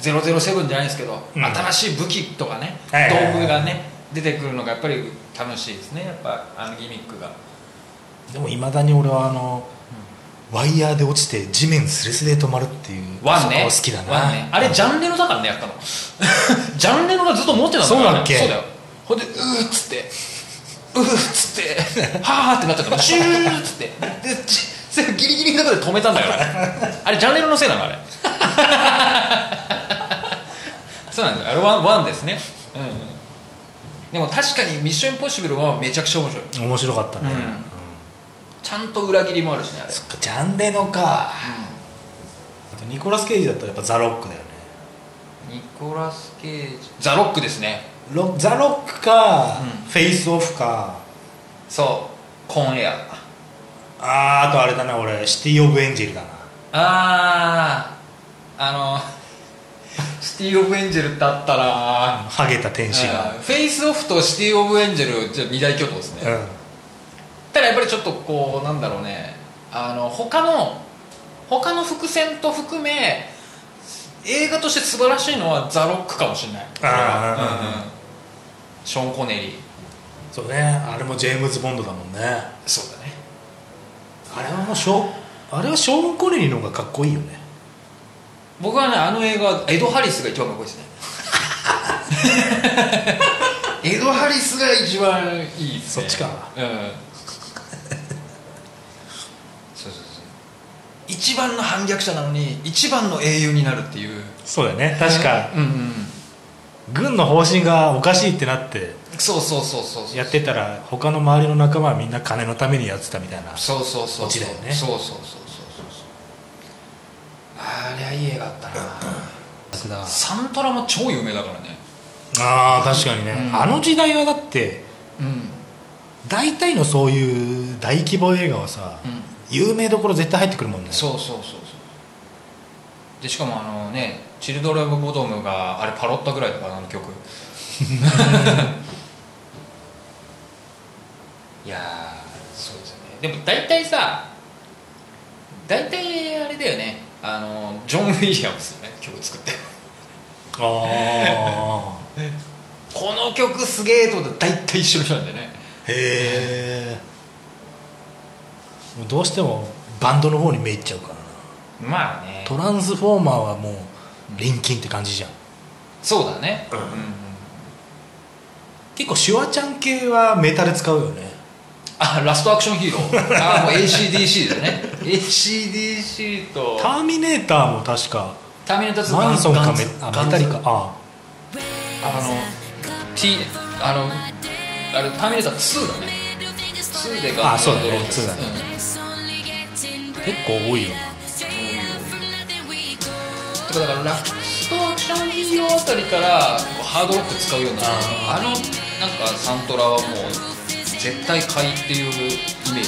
S2: 007じゃないですけど、
S1: うん
S2: 新しい武器とかね、
S1: はいはいはい
S2: 道具がね出てくるのがやっぱり楽しいですねやっぱあのギミックが
S1: でもいまだに俺はあの、ワイヤーで落ちて地面すれすれで止まるっていう
S2: ワンね
S1: そこ好きだな
S2: ワンねあれジャンレノだからねやったの ジャンレノがずっと持ってたの
S1: そうだっけ
S2: そうだよほんでうーっつってうーっつってはーってなっちゃったのシューっつってでちそれギリギリのところで止めたんだからあれジャンレノのせいなのあれ そうなんですよあれワンワンですねうんうんでも確かに「ミッションインポッシブル」はめちゃくちゃ面白い
S1: 面白かったね、
S2: うんちゃんと裏切りもあるしねあれ
S1: そっかジャンレノかあとニコラス・ケイジだったらやっぱザ・ロックだよね
S2: ニコラス・ケイジザ・ロックですね
S1: ロザ・ロックか、
S2: うん
S1: フェイス・オフか
S2: そうコーンエア
S1: あーあとあれだな俺シティ・オブ・エンジェルだな
S2: ああ あのシティ・オブ・エンジェルってあったら
S1: ハゲた天使が
S2: フェイスオフとシティ・オブ・エンジェルじゃ二大巨頭ですね、
S1: うん
S2: ただやっぱりちょっとこうなんだろうねあの他の他の伏線と含め映画として素晴らしいのはザ・ロックかもしれない
S1: ああ
S2: うんうんショーン・コネリー
S1: そうねあれもジェームズ・ボンドだもんね
S2: そうだね
S1: あれはもうショあれはショーン・コネリーの方がかっこいいよね
S2: 僕はねあの映画はエド・ハリスが一番かっこいいですね エド・ハリスが一番いいです
S1: そ
S2: ね
S1: っちか
S2: うん そうそうそう一番の反逆者なのに一番の英雄になるっていう
S1: そうだよね確か
S2: うんうん
S1: 軍の方針がおかしいってなって
S2: そうそうそうそうそう
S1: やってたら他の周りの仲間はみんな金のためにやってたみたいな
S2: そうそうそうそう
S1: オチだよね
S2: そうそうそうそうそうそうありゃいい映画だ ったなサントラも超有名だからね
S1: ああ確かにね、
S2: うん
S1: あの時代はだって
S2: うん
S1: 大体のそういう大規模映画はさ、
S2: うん
S1: 有名どころ絶対入ってくるもんね
S2: そうそうそうそうでしかもあのね「チルドレン・オブ・ボトム」があれパロったぐらいだからあの 曲いやーそうですよねでも大体さ大体あれだよねあのジョン・ウィリアムスよね曲作って
S1: ああ
S2: この曲すげえと思って大体一緒の人なんだよね
S1: へえどうしてもバンドの方に目いっちゃうからな
S2: まあね
S1: トランスフォーマーはもう臨近って感じじゃん
S2: そうだね
S1: うん
S2: うん
S1: 結構シュワちゃん系はメタル使うよね
S2: あラストアクションヒーローああもう ACDC だね ACDC と
S1: ターミネーターも確か
S2: ターミネーター2
S1: マンソンかメ
S2: ガンズ
S1: あメタリかあ
S2: あの T あのあれターミネーター2だね2でガン
S1: あそうだね
S2: ローズ
S1: 2だね結構多いよな
S2: うんてかだからラストアクションヒーローあたりからこうハードロック使うようになるあ
S1: あ
S2: のなんかサントラはもう絶対買いっていうイメージ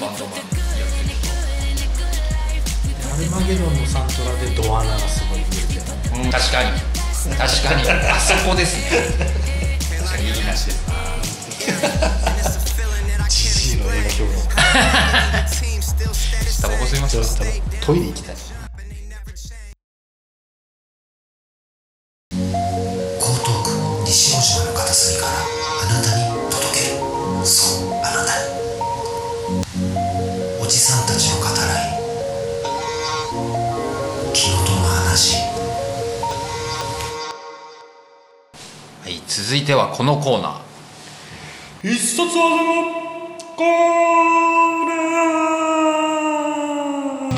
S2: がなんかバンドマンやってる
S1: アルマゲドンのサントラでドアナがすごい見えてる
S2: うん、確かに確かに あそこですね確かにいい話ですね
S1: ジジイの影響が
S2: タバコ吸いまし
S1: ちょ
S2: た
S1: っとトイレ行きたい
S2: いてはこのコーナー
S1: 必殺技のコーナー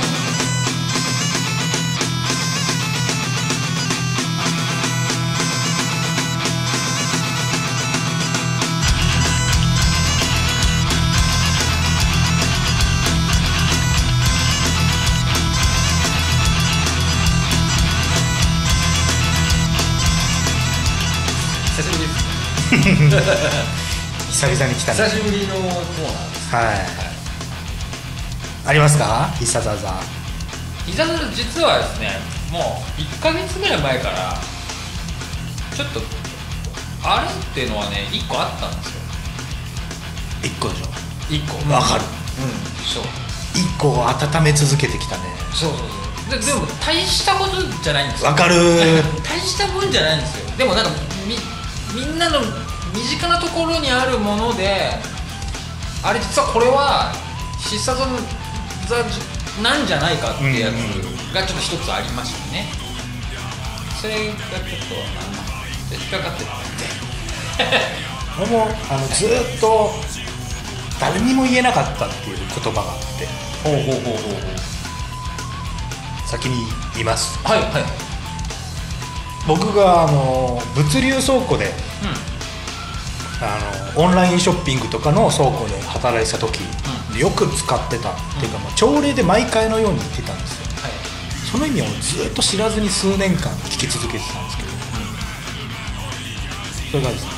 S2: 久しぶりです
S1: 久々に来たね
S2: 久しぶりのコーナーです
S1: はいありますか必殺技
S2: 膝の実はですねもう1ヶ月ぐらい前からちょっとあれっていうのはね1個あったんですよ
S1: 一個でしょ
S2: 1個
S1: わかる
S2: うんそう
S1: 一個を温め続けてきたね
S2: そうそうそうででも大したことじゃないんですよ
S1: わかる
S2: 大したもんじゃないんですよでもなんかみみんなの身近なところにあるものであれ実はこれは必殺技なんじゃないかってやつがちょっと一つありましたね、それがちょっとなんだ引っかかって
S1: 俺もあのずーっと誰にも言えなかったっていう言葉があって
S2: ほうほうほうほう
S1: 先に言います
S2: はいはいはい
S1: 僕があの物流倉庫で
S2: うん
S1: あのオンラインショッピングとかの倉庫で働いてた時、よく使ってた、っていうかもう朝礼で毎回のように言ってたんですよ
S2: はい
S1: その意味をずっと知らずに数年間聞き続けてたんですけど、それがですね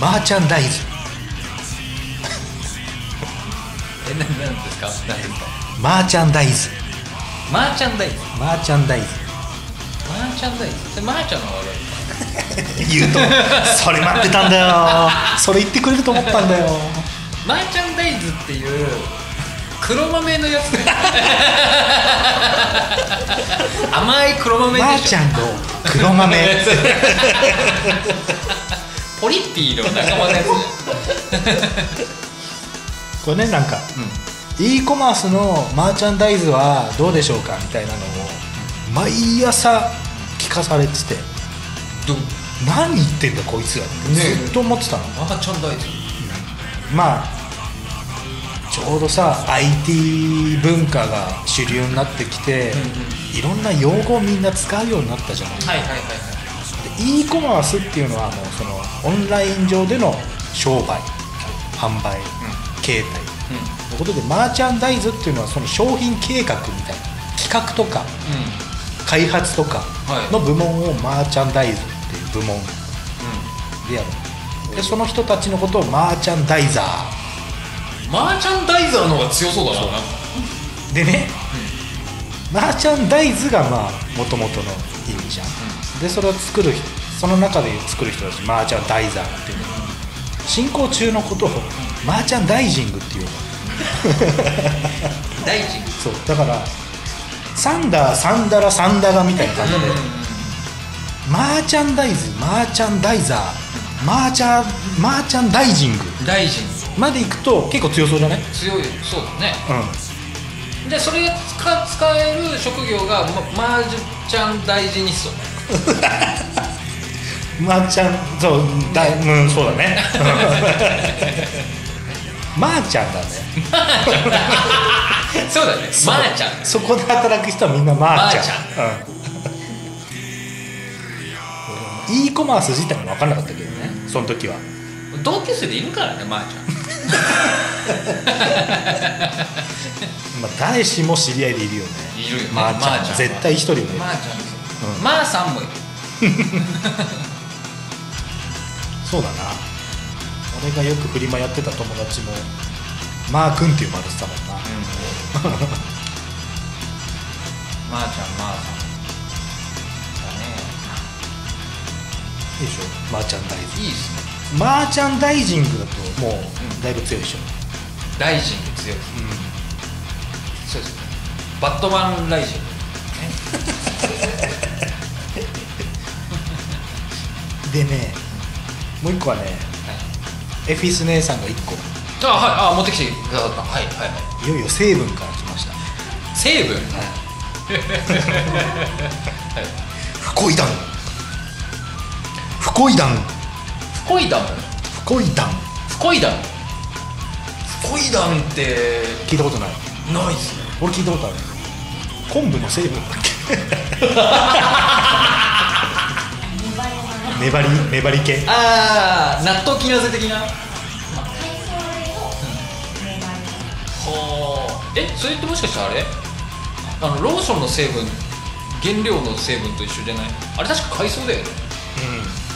S1: マーチャンダイズ
S2: えななんですか何ですか
S1: マーチャンダイズ
S2: マーチャンダイズ
S1: マーチャンダイズ
S2: マーチャンダイズそれマーチャンの方が悪い
S1: 言う とそれ待ってたんだよそれ言ってくれると思ったんだよ
S2: マーチャンダイズっていう黒豆のや つ甘い黒豆でしょ
S1: マーチャンの黒 豆
S2: ポリッピーの仲間のやつ
S1: これねなんか
S2: うん
S1: e コマースのマーチャンダイズはどうでしょうかみたいなのを毎朝聞かされてて
S2: ど
S1: 何言ってんだこいつらって
S2: ねえ
S1: ずっと思ってたの、
S2: マーチャンダイズ
S1: まあちょうどさ IT 文化が主流になってきて、いろんな用語をみんな使うようになったじゃない
S2: はいはいはいはい
S1: e コマースっていうのはもうそのオンライン上での商売販売、形態
S2: うん
S1: ということでマーチャンダイズっていうのはその商品計画みたいな企画とか
S2: うん
S1: 開発とか
S2: はい
S1: の部門をマーチャンダイズっていう部門でやるでその人たちのことをマーチャンダイザ
S2: うんマーチャンダイザーの方が強そうだななんか
S1: ーでね、マーチャンダイズがまあもともとの意味じゃん、でそれを作る人その中で作る人たちマーチャンダイザーっていうの進行中のことをマーチャンダイジングっていうの
S2: 大事
S1: そうだからサンダーサンダラサンダガみたいな感じで、マーチャンダイズマーチャンダイザーマーチャンマーチャンダイジング
S2: 大事
S1: までいくと結構強そうじゃない
S2: 強いそうだね
S1: う
S2: でそれが使使える職業がママーチャンダイジニスト
S1: んマーチャンそうだうんそうだね マーチャンだね
S2: そうだねマーチャン
S1: そこで働く人はみんなマーチャンうん e コマース自体も分かんなかったけどねその時は
S2: 同級生でいるからねまーちゃ
S1: まあ、誰しも知り合いでいるよね
S2: んいるよね
S1: まーちゃん
S2: まーちゃんは
S1: 絶対一人もいる、
S2: んまーちゃんですよ
S1: う
S2: まーさんもいる
S1: そうだな俺がよくフリマやってた友達もまーくんって呼ばれてたもんな、
S2: まーちゃんまーさんだね
S1: いいでしょマーチャンダイジ
S2: いいっすね
S1: ングマーチャンダイジングだともうだいぶ強いでしょ、
S2: 大臣で強いですそうですねバットマンライジン
S1: でねもう一個はね
S2: はい
S1: エフィス姉さんが一個
S2: あはいあ持ってきてくださったはいはいはい
S1: よいよ成分から来ました
S2: い成分
S1: 不恋団不恋団
S2: 不恋談
S1: 不恋談
S2: 不恋談不恋談って
S1: 聞いたことない
S2: ないですね
S1: 俺聞いたことある昆布の成分だっ
S3: 粘り
S1: け 粘り粘り系
S2: ああ納豆きなぜ的な
S3: 物の海藻類の粘り
S2: ほーえそれってもしかしてあれあのローションの成分原料の成分と一緒じゃないあれ確か海藻だよね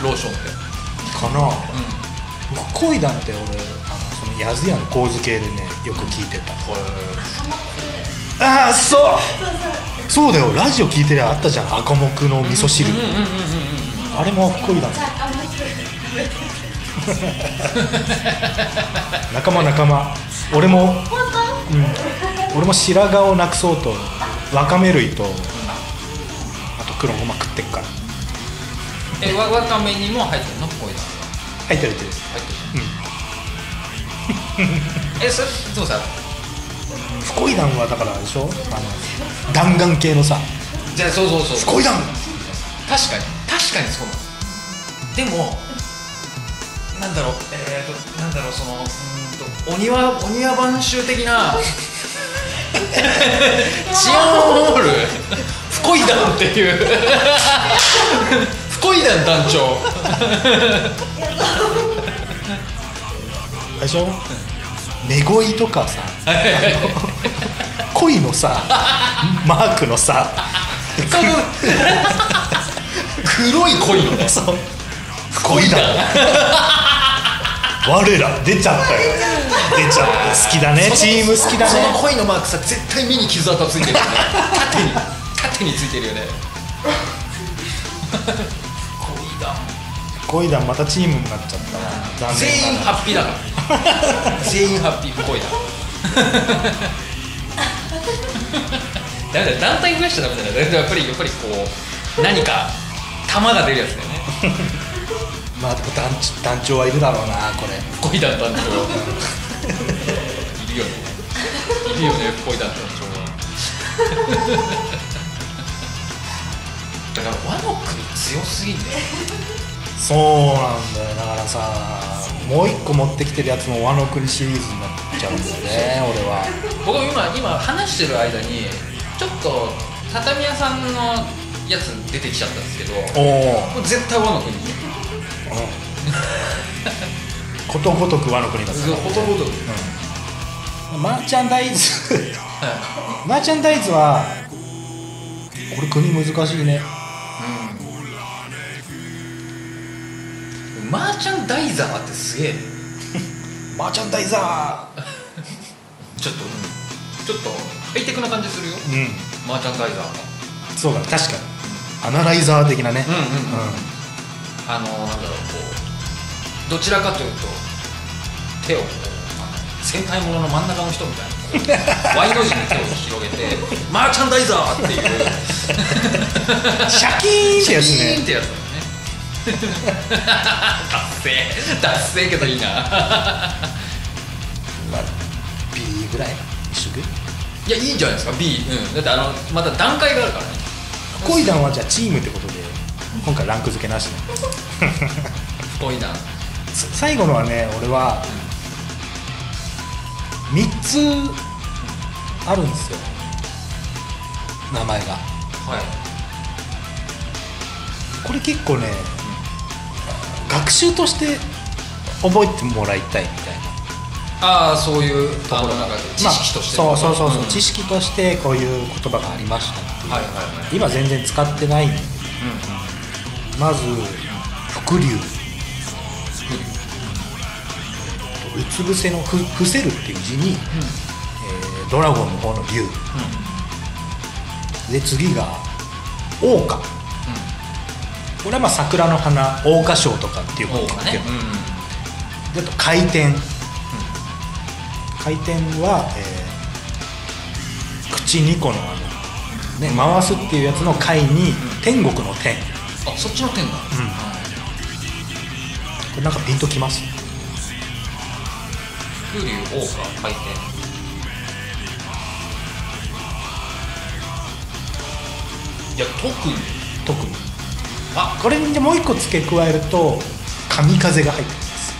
S1: う
S2: ローションって
S1: んかな僕恋談って俺あのそのヤズヤの麹系でねよく聞いてた
S2: これ
S3: 貨物類
S1: ああそうそうだよラジオ聞いてりゃあったじゃん赤木の味噌汁
S2: うんうんうんうん
S1: あれも不恋談
S3: じゃああんまり食べてない
S1: 仲間仲間俺も
S3: 本当
S1: 俺も白髪をなくそうとわかめ類とあと黒ごま食ってっから
S2: えわわかめにも入ってるの恋談
S1: 入ってる入ってる
S2: 入ってるえそれどうさ
S1: 不恋談はだからあれでしょあの弾丸系のさ
S2: じゃあそうそうそう
S1: 不恋談
S2: 確かに確かにそうなのでもなんだろうえー、となんだろうそのうーんとお庭お庭番集的な 治安ホール不恋団っていう不恋団団長
S1: あれでしょ寝恋とかさ恋のさマークのさ
S2: そうそう黒い恋のね
S1: そう不恋談我ら出ちゃったよ出ちゃった好きだねチーム好きだ
S2: その
S1: ね
S2: 恋のマークさ絶対目に傷跡ついてるよね縦に縦についてるよね恋だ
S1: 恋談またチームになっちゃったな残
S2: 全
S1: 念
S2: 員
S1: なが
S2: ハッピーだから全員ハッピー不恋だダメだ団体増やしちゃダメだねだからやっぱりやっぱりこう何か玉が出るやつだよね
S1: らまあでも団長団長はいるだろうなこれ
S2: 不恋だ団長いるよねいるよね不恋だ団長はだからワノ国強すぎんだよ
S1: そうなんだよだからさもう一個持ってきてるやつもワノ国シリーズになっちゃうんだよね俺は
S2: 僕も今今話してる間にちょっと畳屋さんのやつ出てきちゃったんですけど
S1: お
S2: もう絶対ワノ国
S1: お、うん、ことごとくワノ国だったね
S2: ほとんど
S1: マーチャンダイズマーチャンダイズはこれ国難しいね
S2: マーチャンダイザーってすげえ
S1: マーチャンダイザー
S2: ちょっとちょっとハイテクな感じするよ
S1: うん
S2: マーチャンダイザー
S1: そうだね確かにアナライザー的なね
S2: うんうん
S1: う
S2: うんあのーなんだろうこうどちらかというと手をこうあの戦隊ものの真ん中の人みた いな Y の字に手を広げてマーチャンダイザーっていう
S1: んシャキーンってやつ
S2: ピーン
S1: ね
S2: ってやつだね達成達成けどいいな
S1: まあ B ぐらい一緒ぐらい
S2: いやいいんじゃないですか B、うん、だってあのまた段階があるからね
S1: 恋談はじゃあチームってことで今回ランク付けなしね
S2: 不恋談
S1: さ最後のはね俺は3つあるんですよ名前が
S2: はい
S1: これ結構ね学習として覚えてもらいたいみたいな
S2: ああそういう
S1: と
S2: あ
S1: こ
S2: の
S1: ろ
S2: な
S1: が
S2: んか知識として
S1: まあそうそうそうそう、
S2: ん
S1: 知識としてこういう言葉がありましたっていう
S2: はいはいはい
S1: 今全然使ってないんでまず伏流うつ伏せのふ伏せるっていう字に、えードラゴンの方の竜、で次が桜花、これはまあ桜の花桜花賞とかっていう
S2: うん
S1: こ
S2: うん
S1: と
S2: 王が
S1: け
S2: ね
S1: ど、
S2: うんうん
S1: であと回転、回転は、えー口2個のあの、ね、回すっていうやつの回に天国の天
S2: あそっちの
S1: ん
S2: 点だ、
S1: これなんかピンときます
S2: 風流王か回転いや特に
S1: 特に
S2: あ
S1: これにもう一個付け加えると神風が入ってきます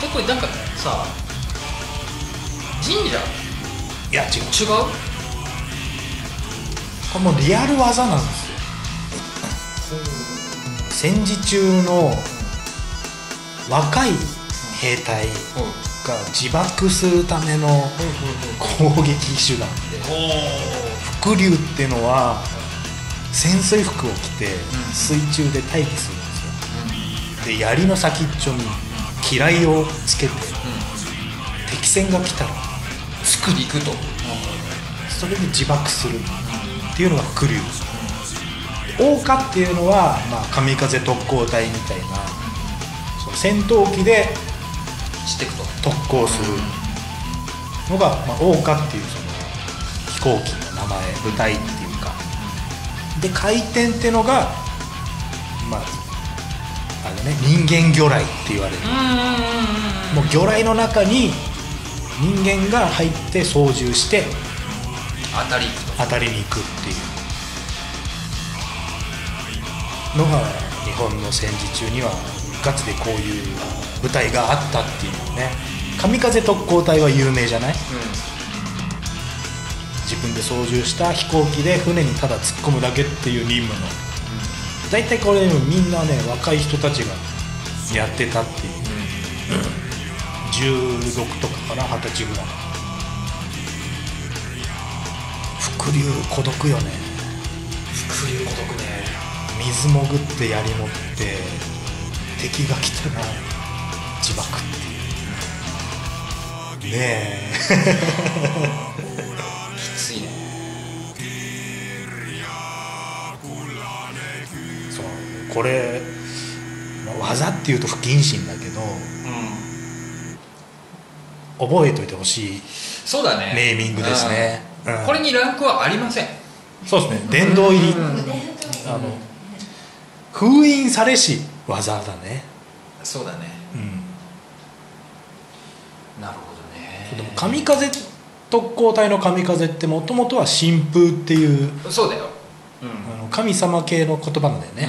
S2: 結構なんかさ神社
S1: いや違う
S2: 違う
S1: これもうリアル技なんですよ戦時中の若い兵隊
S2: うん
S1: が自爆するための攻撃手段で伏流ってのは潜水服を着て
S2: ん
S1: 水中で待機するんですよで槍の先っちょに機雷をつけて敵戦が来たら
S2: 作り行くと
S1: それで自爆するっていうのが伏流桜花っていうのは、まあ、神風特攻隊みたいなその戦闘機で
S2: していくと
S1: 特攻するのが、まあ、桜花っていうその飛行機の名前部隊っていうかで回転ってのがまああれね人間魚雷って言われる
S2: うん
S1: もう魚雷の中に人間が入って操縦して
S2: 当たり行くと
S1: 当たりに行くっていうのが日本の戦時中にはガチでこういう舞台があったっていうのね神風特攻隊は有名じゃない自分で操縦した飛行機で船にただ突っ込むだけっていう任務の大体これみんなね若い人たちがやってたっていう16とかから二十歳ぐらい伏流孤独よね
S2: 伏流孤独ね
S1: 水潜って槍持って敵が来たら自爆っていうね
S2: きついね
S1: えそうこれ、まあ技っていうと不謹慎だけど
S2: うん
S1: 覚えといてほしい
S2: そうだね
S1: ネーミングですね
S2: うん
S1: うん
S2: これにランクはありません
S1: そうですね殿堂入り
S2: うん
S3: 腕太い
S1: あの封印されし技だね
S2: そうだね
S1: うん
S2: なるほどね
S1: でも神風特攻隊の神風ってもともとは神風っていう
S2: そうだようん
S1: あの神様系の言葉なんだよね、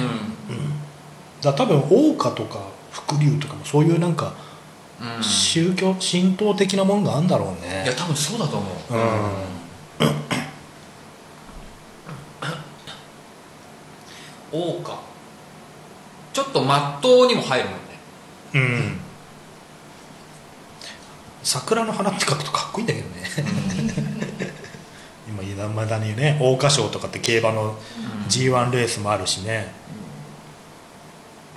S1: だから多分桜花とか伏流とかもそういうなんか
S2: うんうんい
S1: 宗教神道的なものがあるんだろうね
S2: や多分そうだと思う
S1: うん、
S2: 王かちょっとまっとうにも入るもんね
S1: うん、桜の花って書くとかっこいいんだけどね今いまだにね桜花賞とかって競馬の g 1レースもあるしね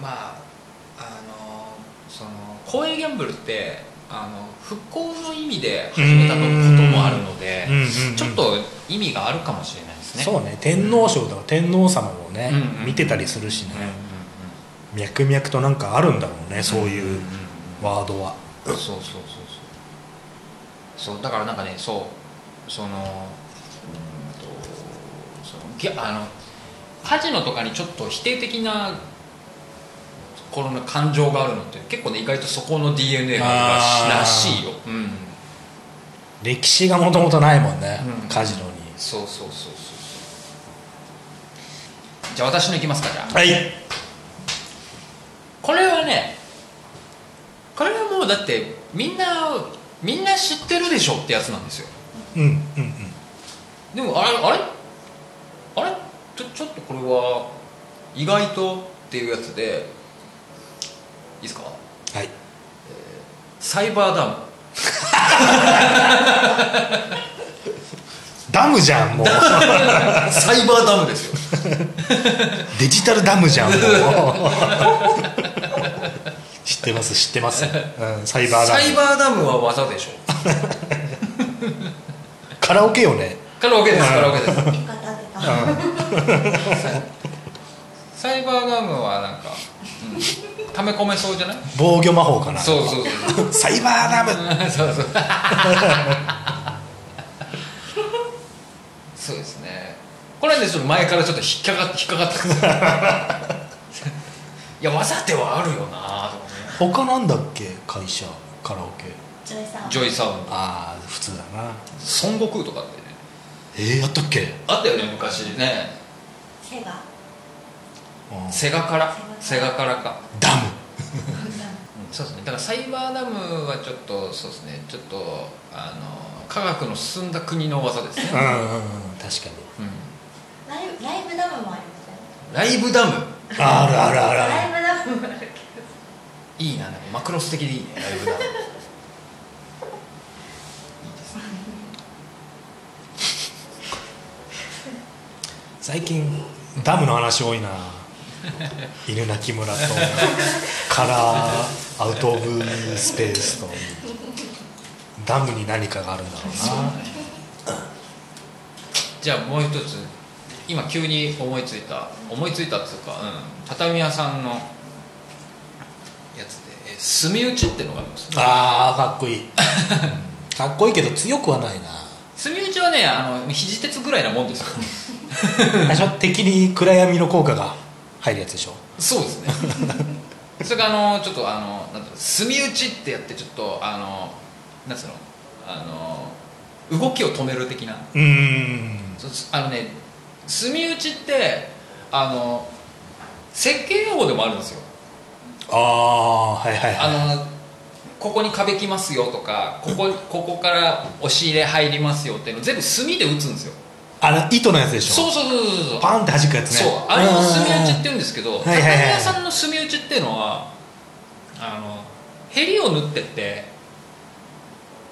S2: まああのその公営ギャンブルってあの復興の意味で始めたこともあるので
S1: うんうんうんうん
S2: ちょっと意味があるかもしれないですね
S1: そうね天皇賞とか天皇様もね、
S2: うんうん
S1: 見てたりするしね
S2: うん、うん
S1: 脈々となんかあるんだろうねそういうんワードは
S2: そうそうそうそうそうだからなんかねそうそのうーんとそのギャあのカジノとかにちょっと否定的なこの感情があるのって結構ね意外とそこの DNA がらし
S1: あー
S2: らしいよ、うん、
S1: 歴史がもともとないもんね、
S2: うん
S1: カジノに
S2: そうそうそうそうじゃあ私のいきますかじゃあ
S1: はい
S2: これはねこれはもうだってみんなみんな知ってるでしょってやつなんですよ
S1: うんうんうん
S2: でもあれあれあれちょちょっとこれは意外とっていうやつでいいですか
S1: はい
S2: サイバーダム
S1: ダムじゃんもう
S2: サイバーダムですよ
S1: デジタルダムじゃん もう知ってます知ってます、うん、サイバーダ
S2: サイ
S1: ム
S2: バーダムは技でしょ
S1: カラオケよね
S2: カラオケですカラオケです
S3: 言い方でか
S2: サイバーダムはなんか、うん、溜め込めそうじゃない
S1: 防御魔法かな
S2: そうそうそう
S1: サイバーダム
S2: そうそうそうですねこれはねちょっと前からちょっと引っかか引っかかったんですよ いや技ではあるよなとかね
S1: 他なんだっけ会社カラオケ
S3: ジョイさん
S2: ジョイサウンド
S1: ああ普通だな
S2: 孫悟空とかってね
S1: えー、やったっけ
S2: あったよね昔ね
S3: セガ
S1: うん
S2: セガからセガからか
S1: ダム
S2: そうですねだからサイバーダムはちょっとそうですねちょっとあの科学の進んだ国の技 で
S1: う
S2: すね、
S1: んうんうん確かに
S2: うん
S3: ライブライブダムもありますよね
S2: ライブダム
S1: あるあるあるある
S3: ライブダムもあるけど
S2: いいななんかマクロス的でいいねライブダ ムいいですね
S1: 最近ダムの話多い な犬鳴村とカラーアウト・オブ・スペースとダムに何かがあるんだろうな
S2: じゃあもう一つ今急に思いついた思いついたっていうか、うん、畳屋さんのやつでえ墨打ちってのがあります
S1: あーかっこ いいかっこいいけど強くはないな
S2: 墨打ちはねあの肘鉄ぐらいなもんですよ
S1: 最初敵に暗闇の効果が入るやつでしょ
S2: そうで すねそれがあのちょっとあのなんだろう墨打ちってやってちょっとあのなんつうのあの動きを止める的な
S1: うーん
S2: そうすあのね墨打ちってあの設計用語でもあるんですよ
S1: ああーはいはいはい
S2: あのここに壁来ますよとかここここから押し入れ入りますよっていうの全部墨で打つんですよ
S1: あの糸のやつでしょ
S2: そうそうそうそうそう
S1: パンって弾くやつね
S2: そうあれを墨打ちって
S1: て
S2: 言うんですけど
S1: ん
S2: 畳
S1: はいはいはい
S2: 屋さんの墨打ちっていうのはあのへりを縫ってって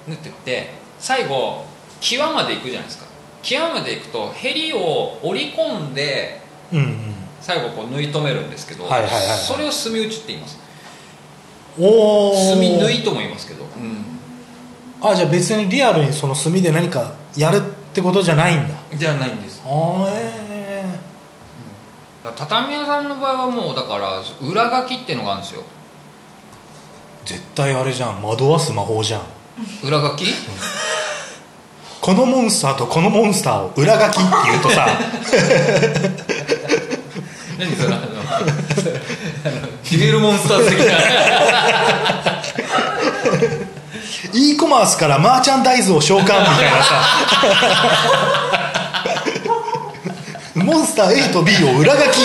S2: 縫ってって最後際まで行くじゃないですか際まで行くとへりを折り込んで
S1: うんうん
S2: 最後こう縫い留めるんですけど、
S1: はいはいはいはい
S2: それを墨打ちって言います
S1: おお
S2: 墨縫いとも言いますけど、
S1: あじゃあ別にリアルにその炭で何かやるってことじゃないんだ
S2: じゃないんです
S1: あーえ
S2: 畳屋さんの場合はもうだから裏書きっていうのがあるんですよ
S1: ー絶対あれじゃん惑わす魔法じゃん
S2: 裏書き
S1: このモンスターとこのモンスターを裏書きって言うとさ
S2: 何それあのあのデュエルモンスターズ的ない
S1: e コマースからマーチャンダイズを召喚みたいなさモンスター A と B を裏書き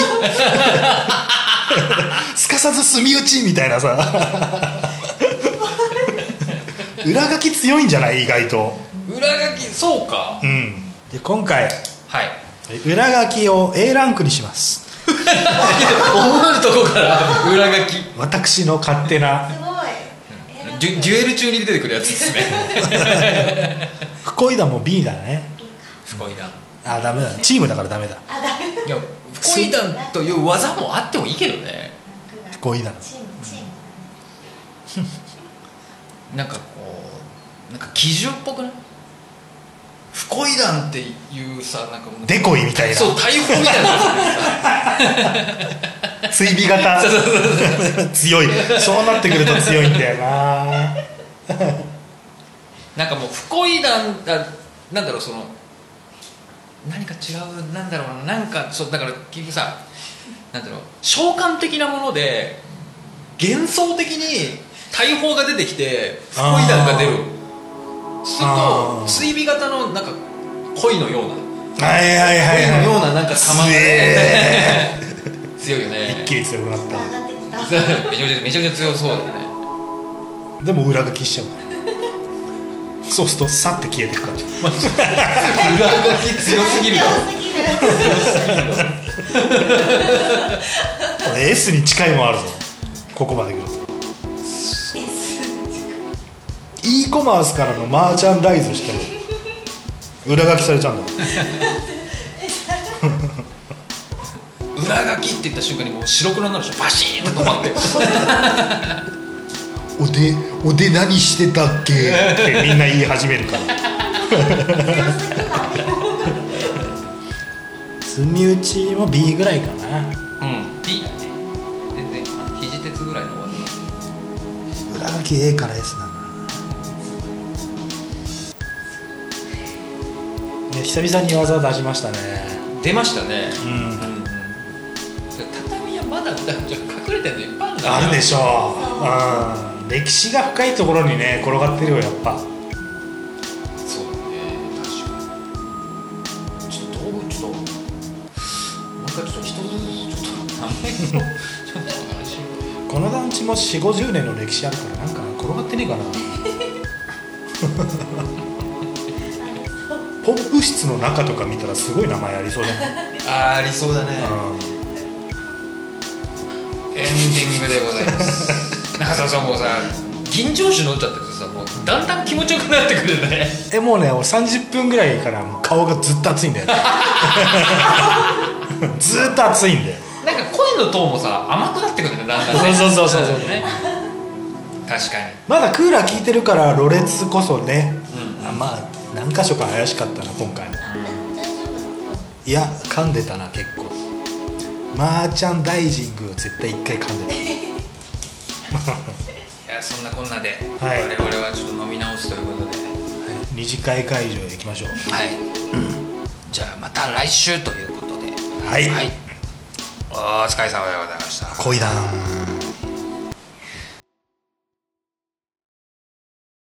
S1: すかさず墨打ちみたいなさ裏書き強いんじゃない意外と
S2: 裏書きそうか
S1: うんで今回
S2: はい
S1: 裏書きを A ランクにします
S2: 思わぬとこから裏書き
S1: 私の勝手な
S3: すごい
S2: デュデュエル中に出てくるやつですね
S1: 不恋だも B だね
S2: 不恋談
S1: あダメだチームだからダメだ
S3: あダメ
S2: いや不恋談という技もあってもいいけどね
S1: 不恋だ
S3: チームチーム
S2: なんかこうなんか基準っぽくない不恋談っていうさなんかもう
S1: デコイみたいな
S2: そう大砲みたいな
S1: 追尾型強いそうなってくると強いんだよな
S2: なんかもう不恋談だなんだろうその何か違うなんだろうななんかそうだから結局さなんだろう召喚的なもので幻想的に大砲が出てきて不恋談が出るする
S1: あ
S2: と
S1: ー
S2: 追尾型のなんか恋のような
S1: はいはいはい
S2: 恋
S1: はい
S2: のようななんか
S1: す
S2: 玉がね
S1: え
S2: 強いよね
S1: ー一気に強くなっ
S3: 上がってきた
S2: めちゃめちゃめちゃめちゃ強そうだね
S1: たでも裏書きしちゃうからそうするとさって消えてく感じ
S2: 裏書き強すぎるよ
S3: 強すぎる
S1: これ S に近いもんあるぞここまで来ると e コマースからのマーチャンダイズしても裏書きされちゃうんだ
S2: 裏書きって言った瞬間にもう白黒になるでしょバシーンと止まって
S1: おでおで何してたっけってみんな言い始めるから
S3: 強すぎた
S1: 罪打ちも B ぐらいかな
S2: うん、B だね全然肘鉄ぐらいの終
S1: 裏
S2: わ
S1: 書き A から S なんだね久々に技出しましたね
S2: り出ましたね
S1: うん
S2: うん、うん、畳はまだだから隠れてるのいっぱいあるんだ
S1: あるで
S2: し
S1: しょう、うん、歴史が深いところにね転がってるよやっぱ
S2: ょそうだね確かにちょっとどうちょっともう一回ちょっと一つずつちょっとちょっと安心
S1: この団地も4 5 0年の歴史あるからなんか転がってねえかなポンプ室の中とか見たらすごい名前ありそうだね、
S2: あーありそうだね、
S1: う
S2: エンディングでございます中澤さんもうさ銀城酒飲んじゃってるとさもうだんだん気持ちよくなってくるね
S1: んえもうね俺30分ぐらいからもう顔がずっと熱いんだよ ずっと熱いんだよ
S2: なんか声のトーンもさ甘くなってくるねだんだんね
S1: そうそうそうそう
S2: ね確かに
S1: まだクーラー効いてるからろれつこそね、あまあ何箇所か怪しかったな今回も
S3: 大丈夫だった
S1: いや噛んでたな結構マーチャンダイジングを絶対一回噛んで
S2: いやそんなこんなで、
S1: はい
S2: 我々はちょっと飲み直すということ
S1: た、
S2: では
S1: 二次会会場へ行きましょう
S2: い、じゃあまた来週ということで
S1: はい
S2: はい、お疲れ様でございました
S1: 恋だな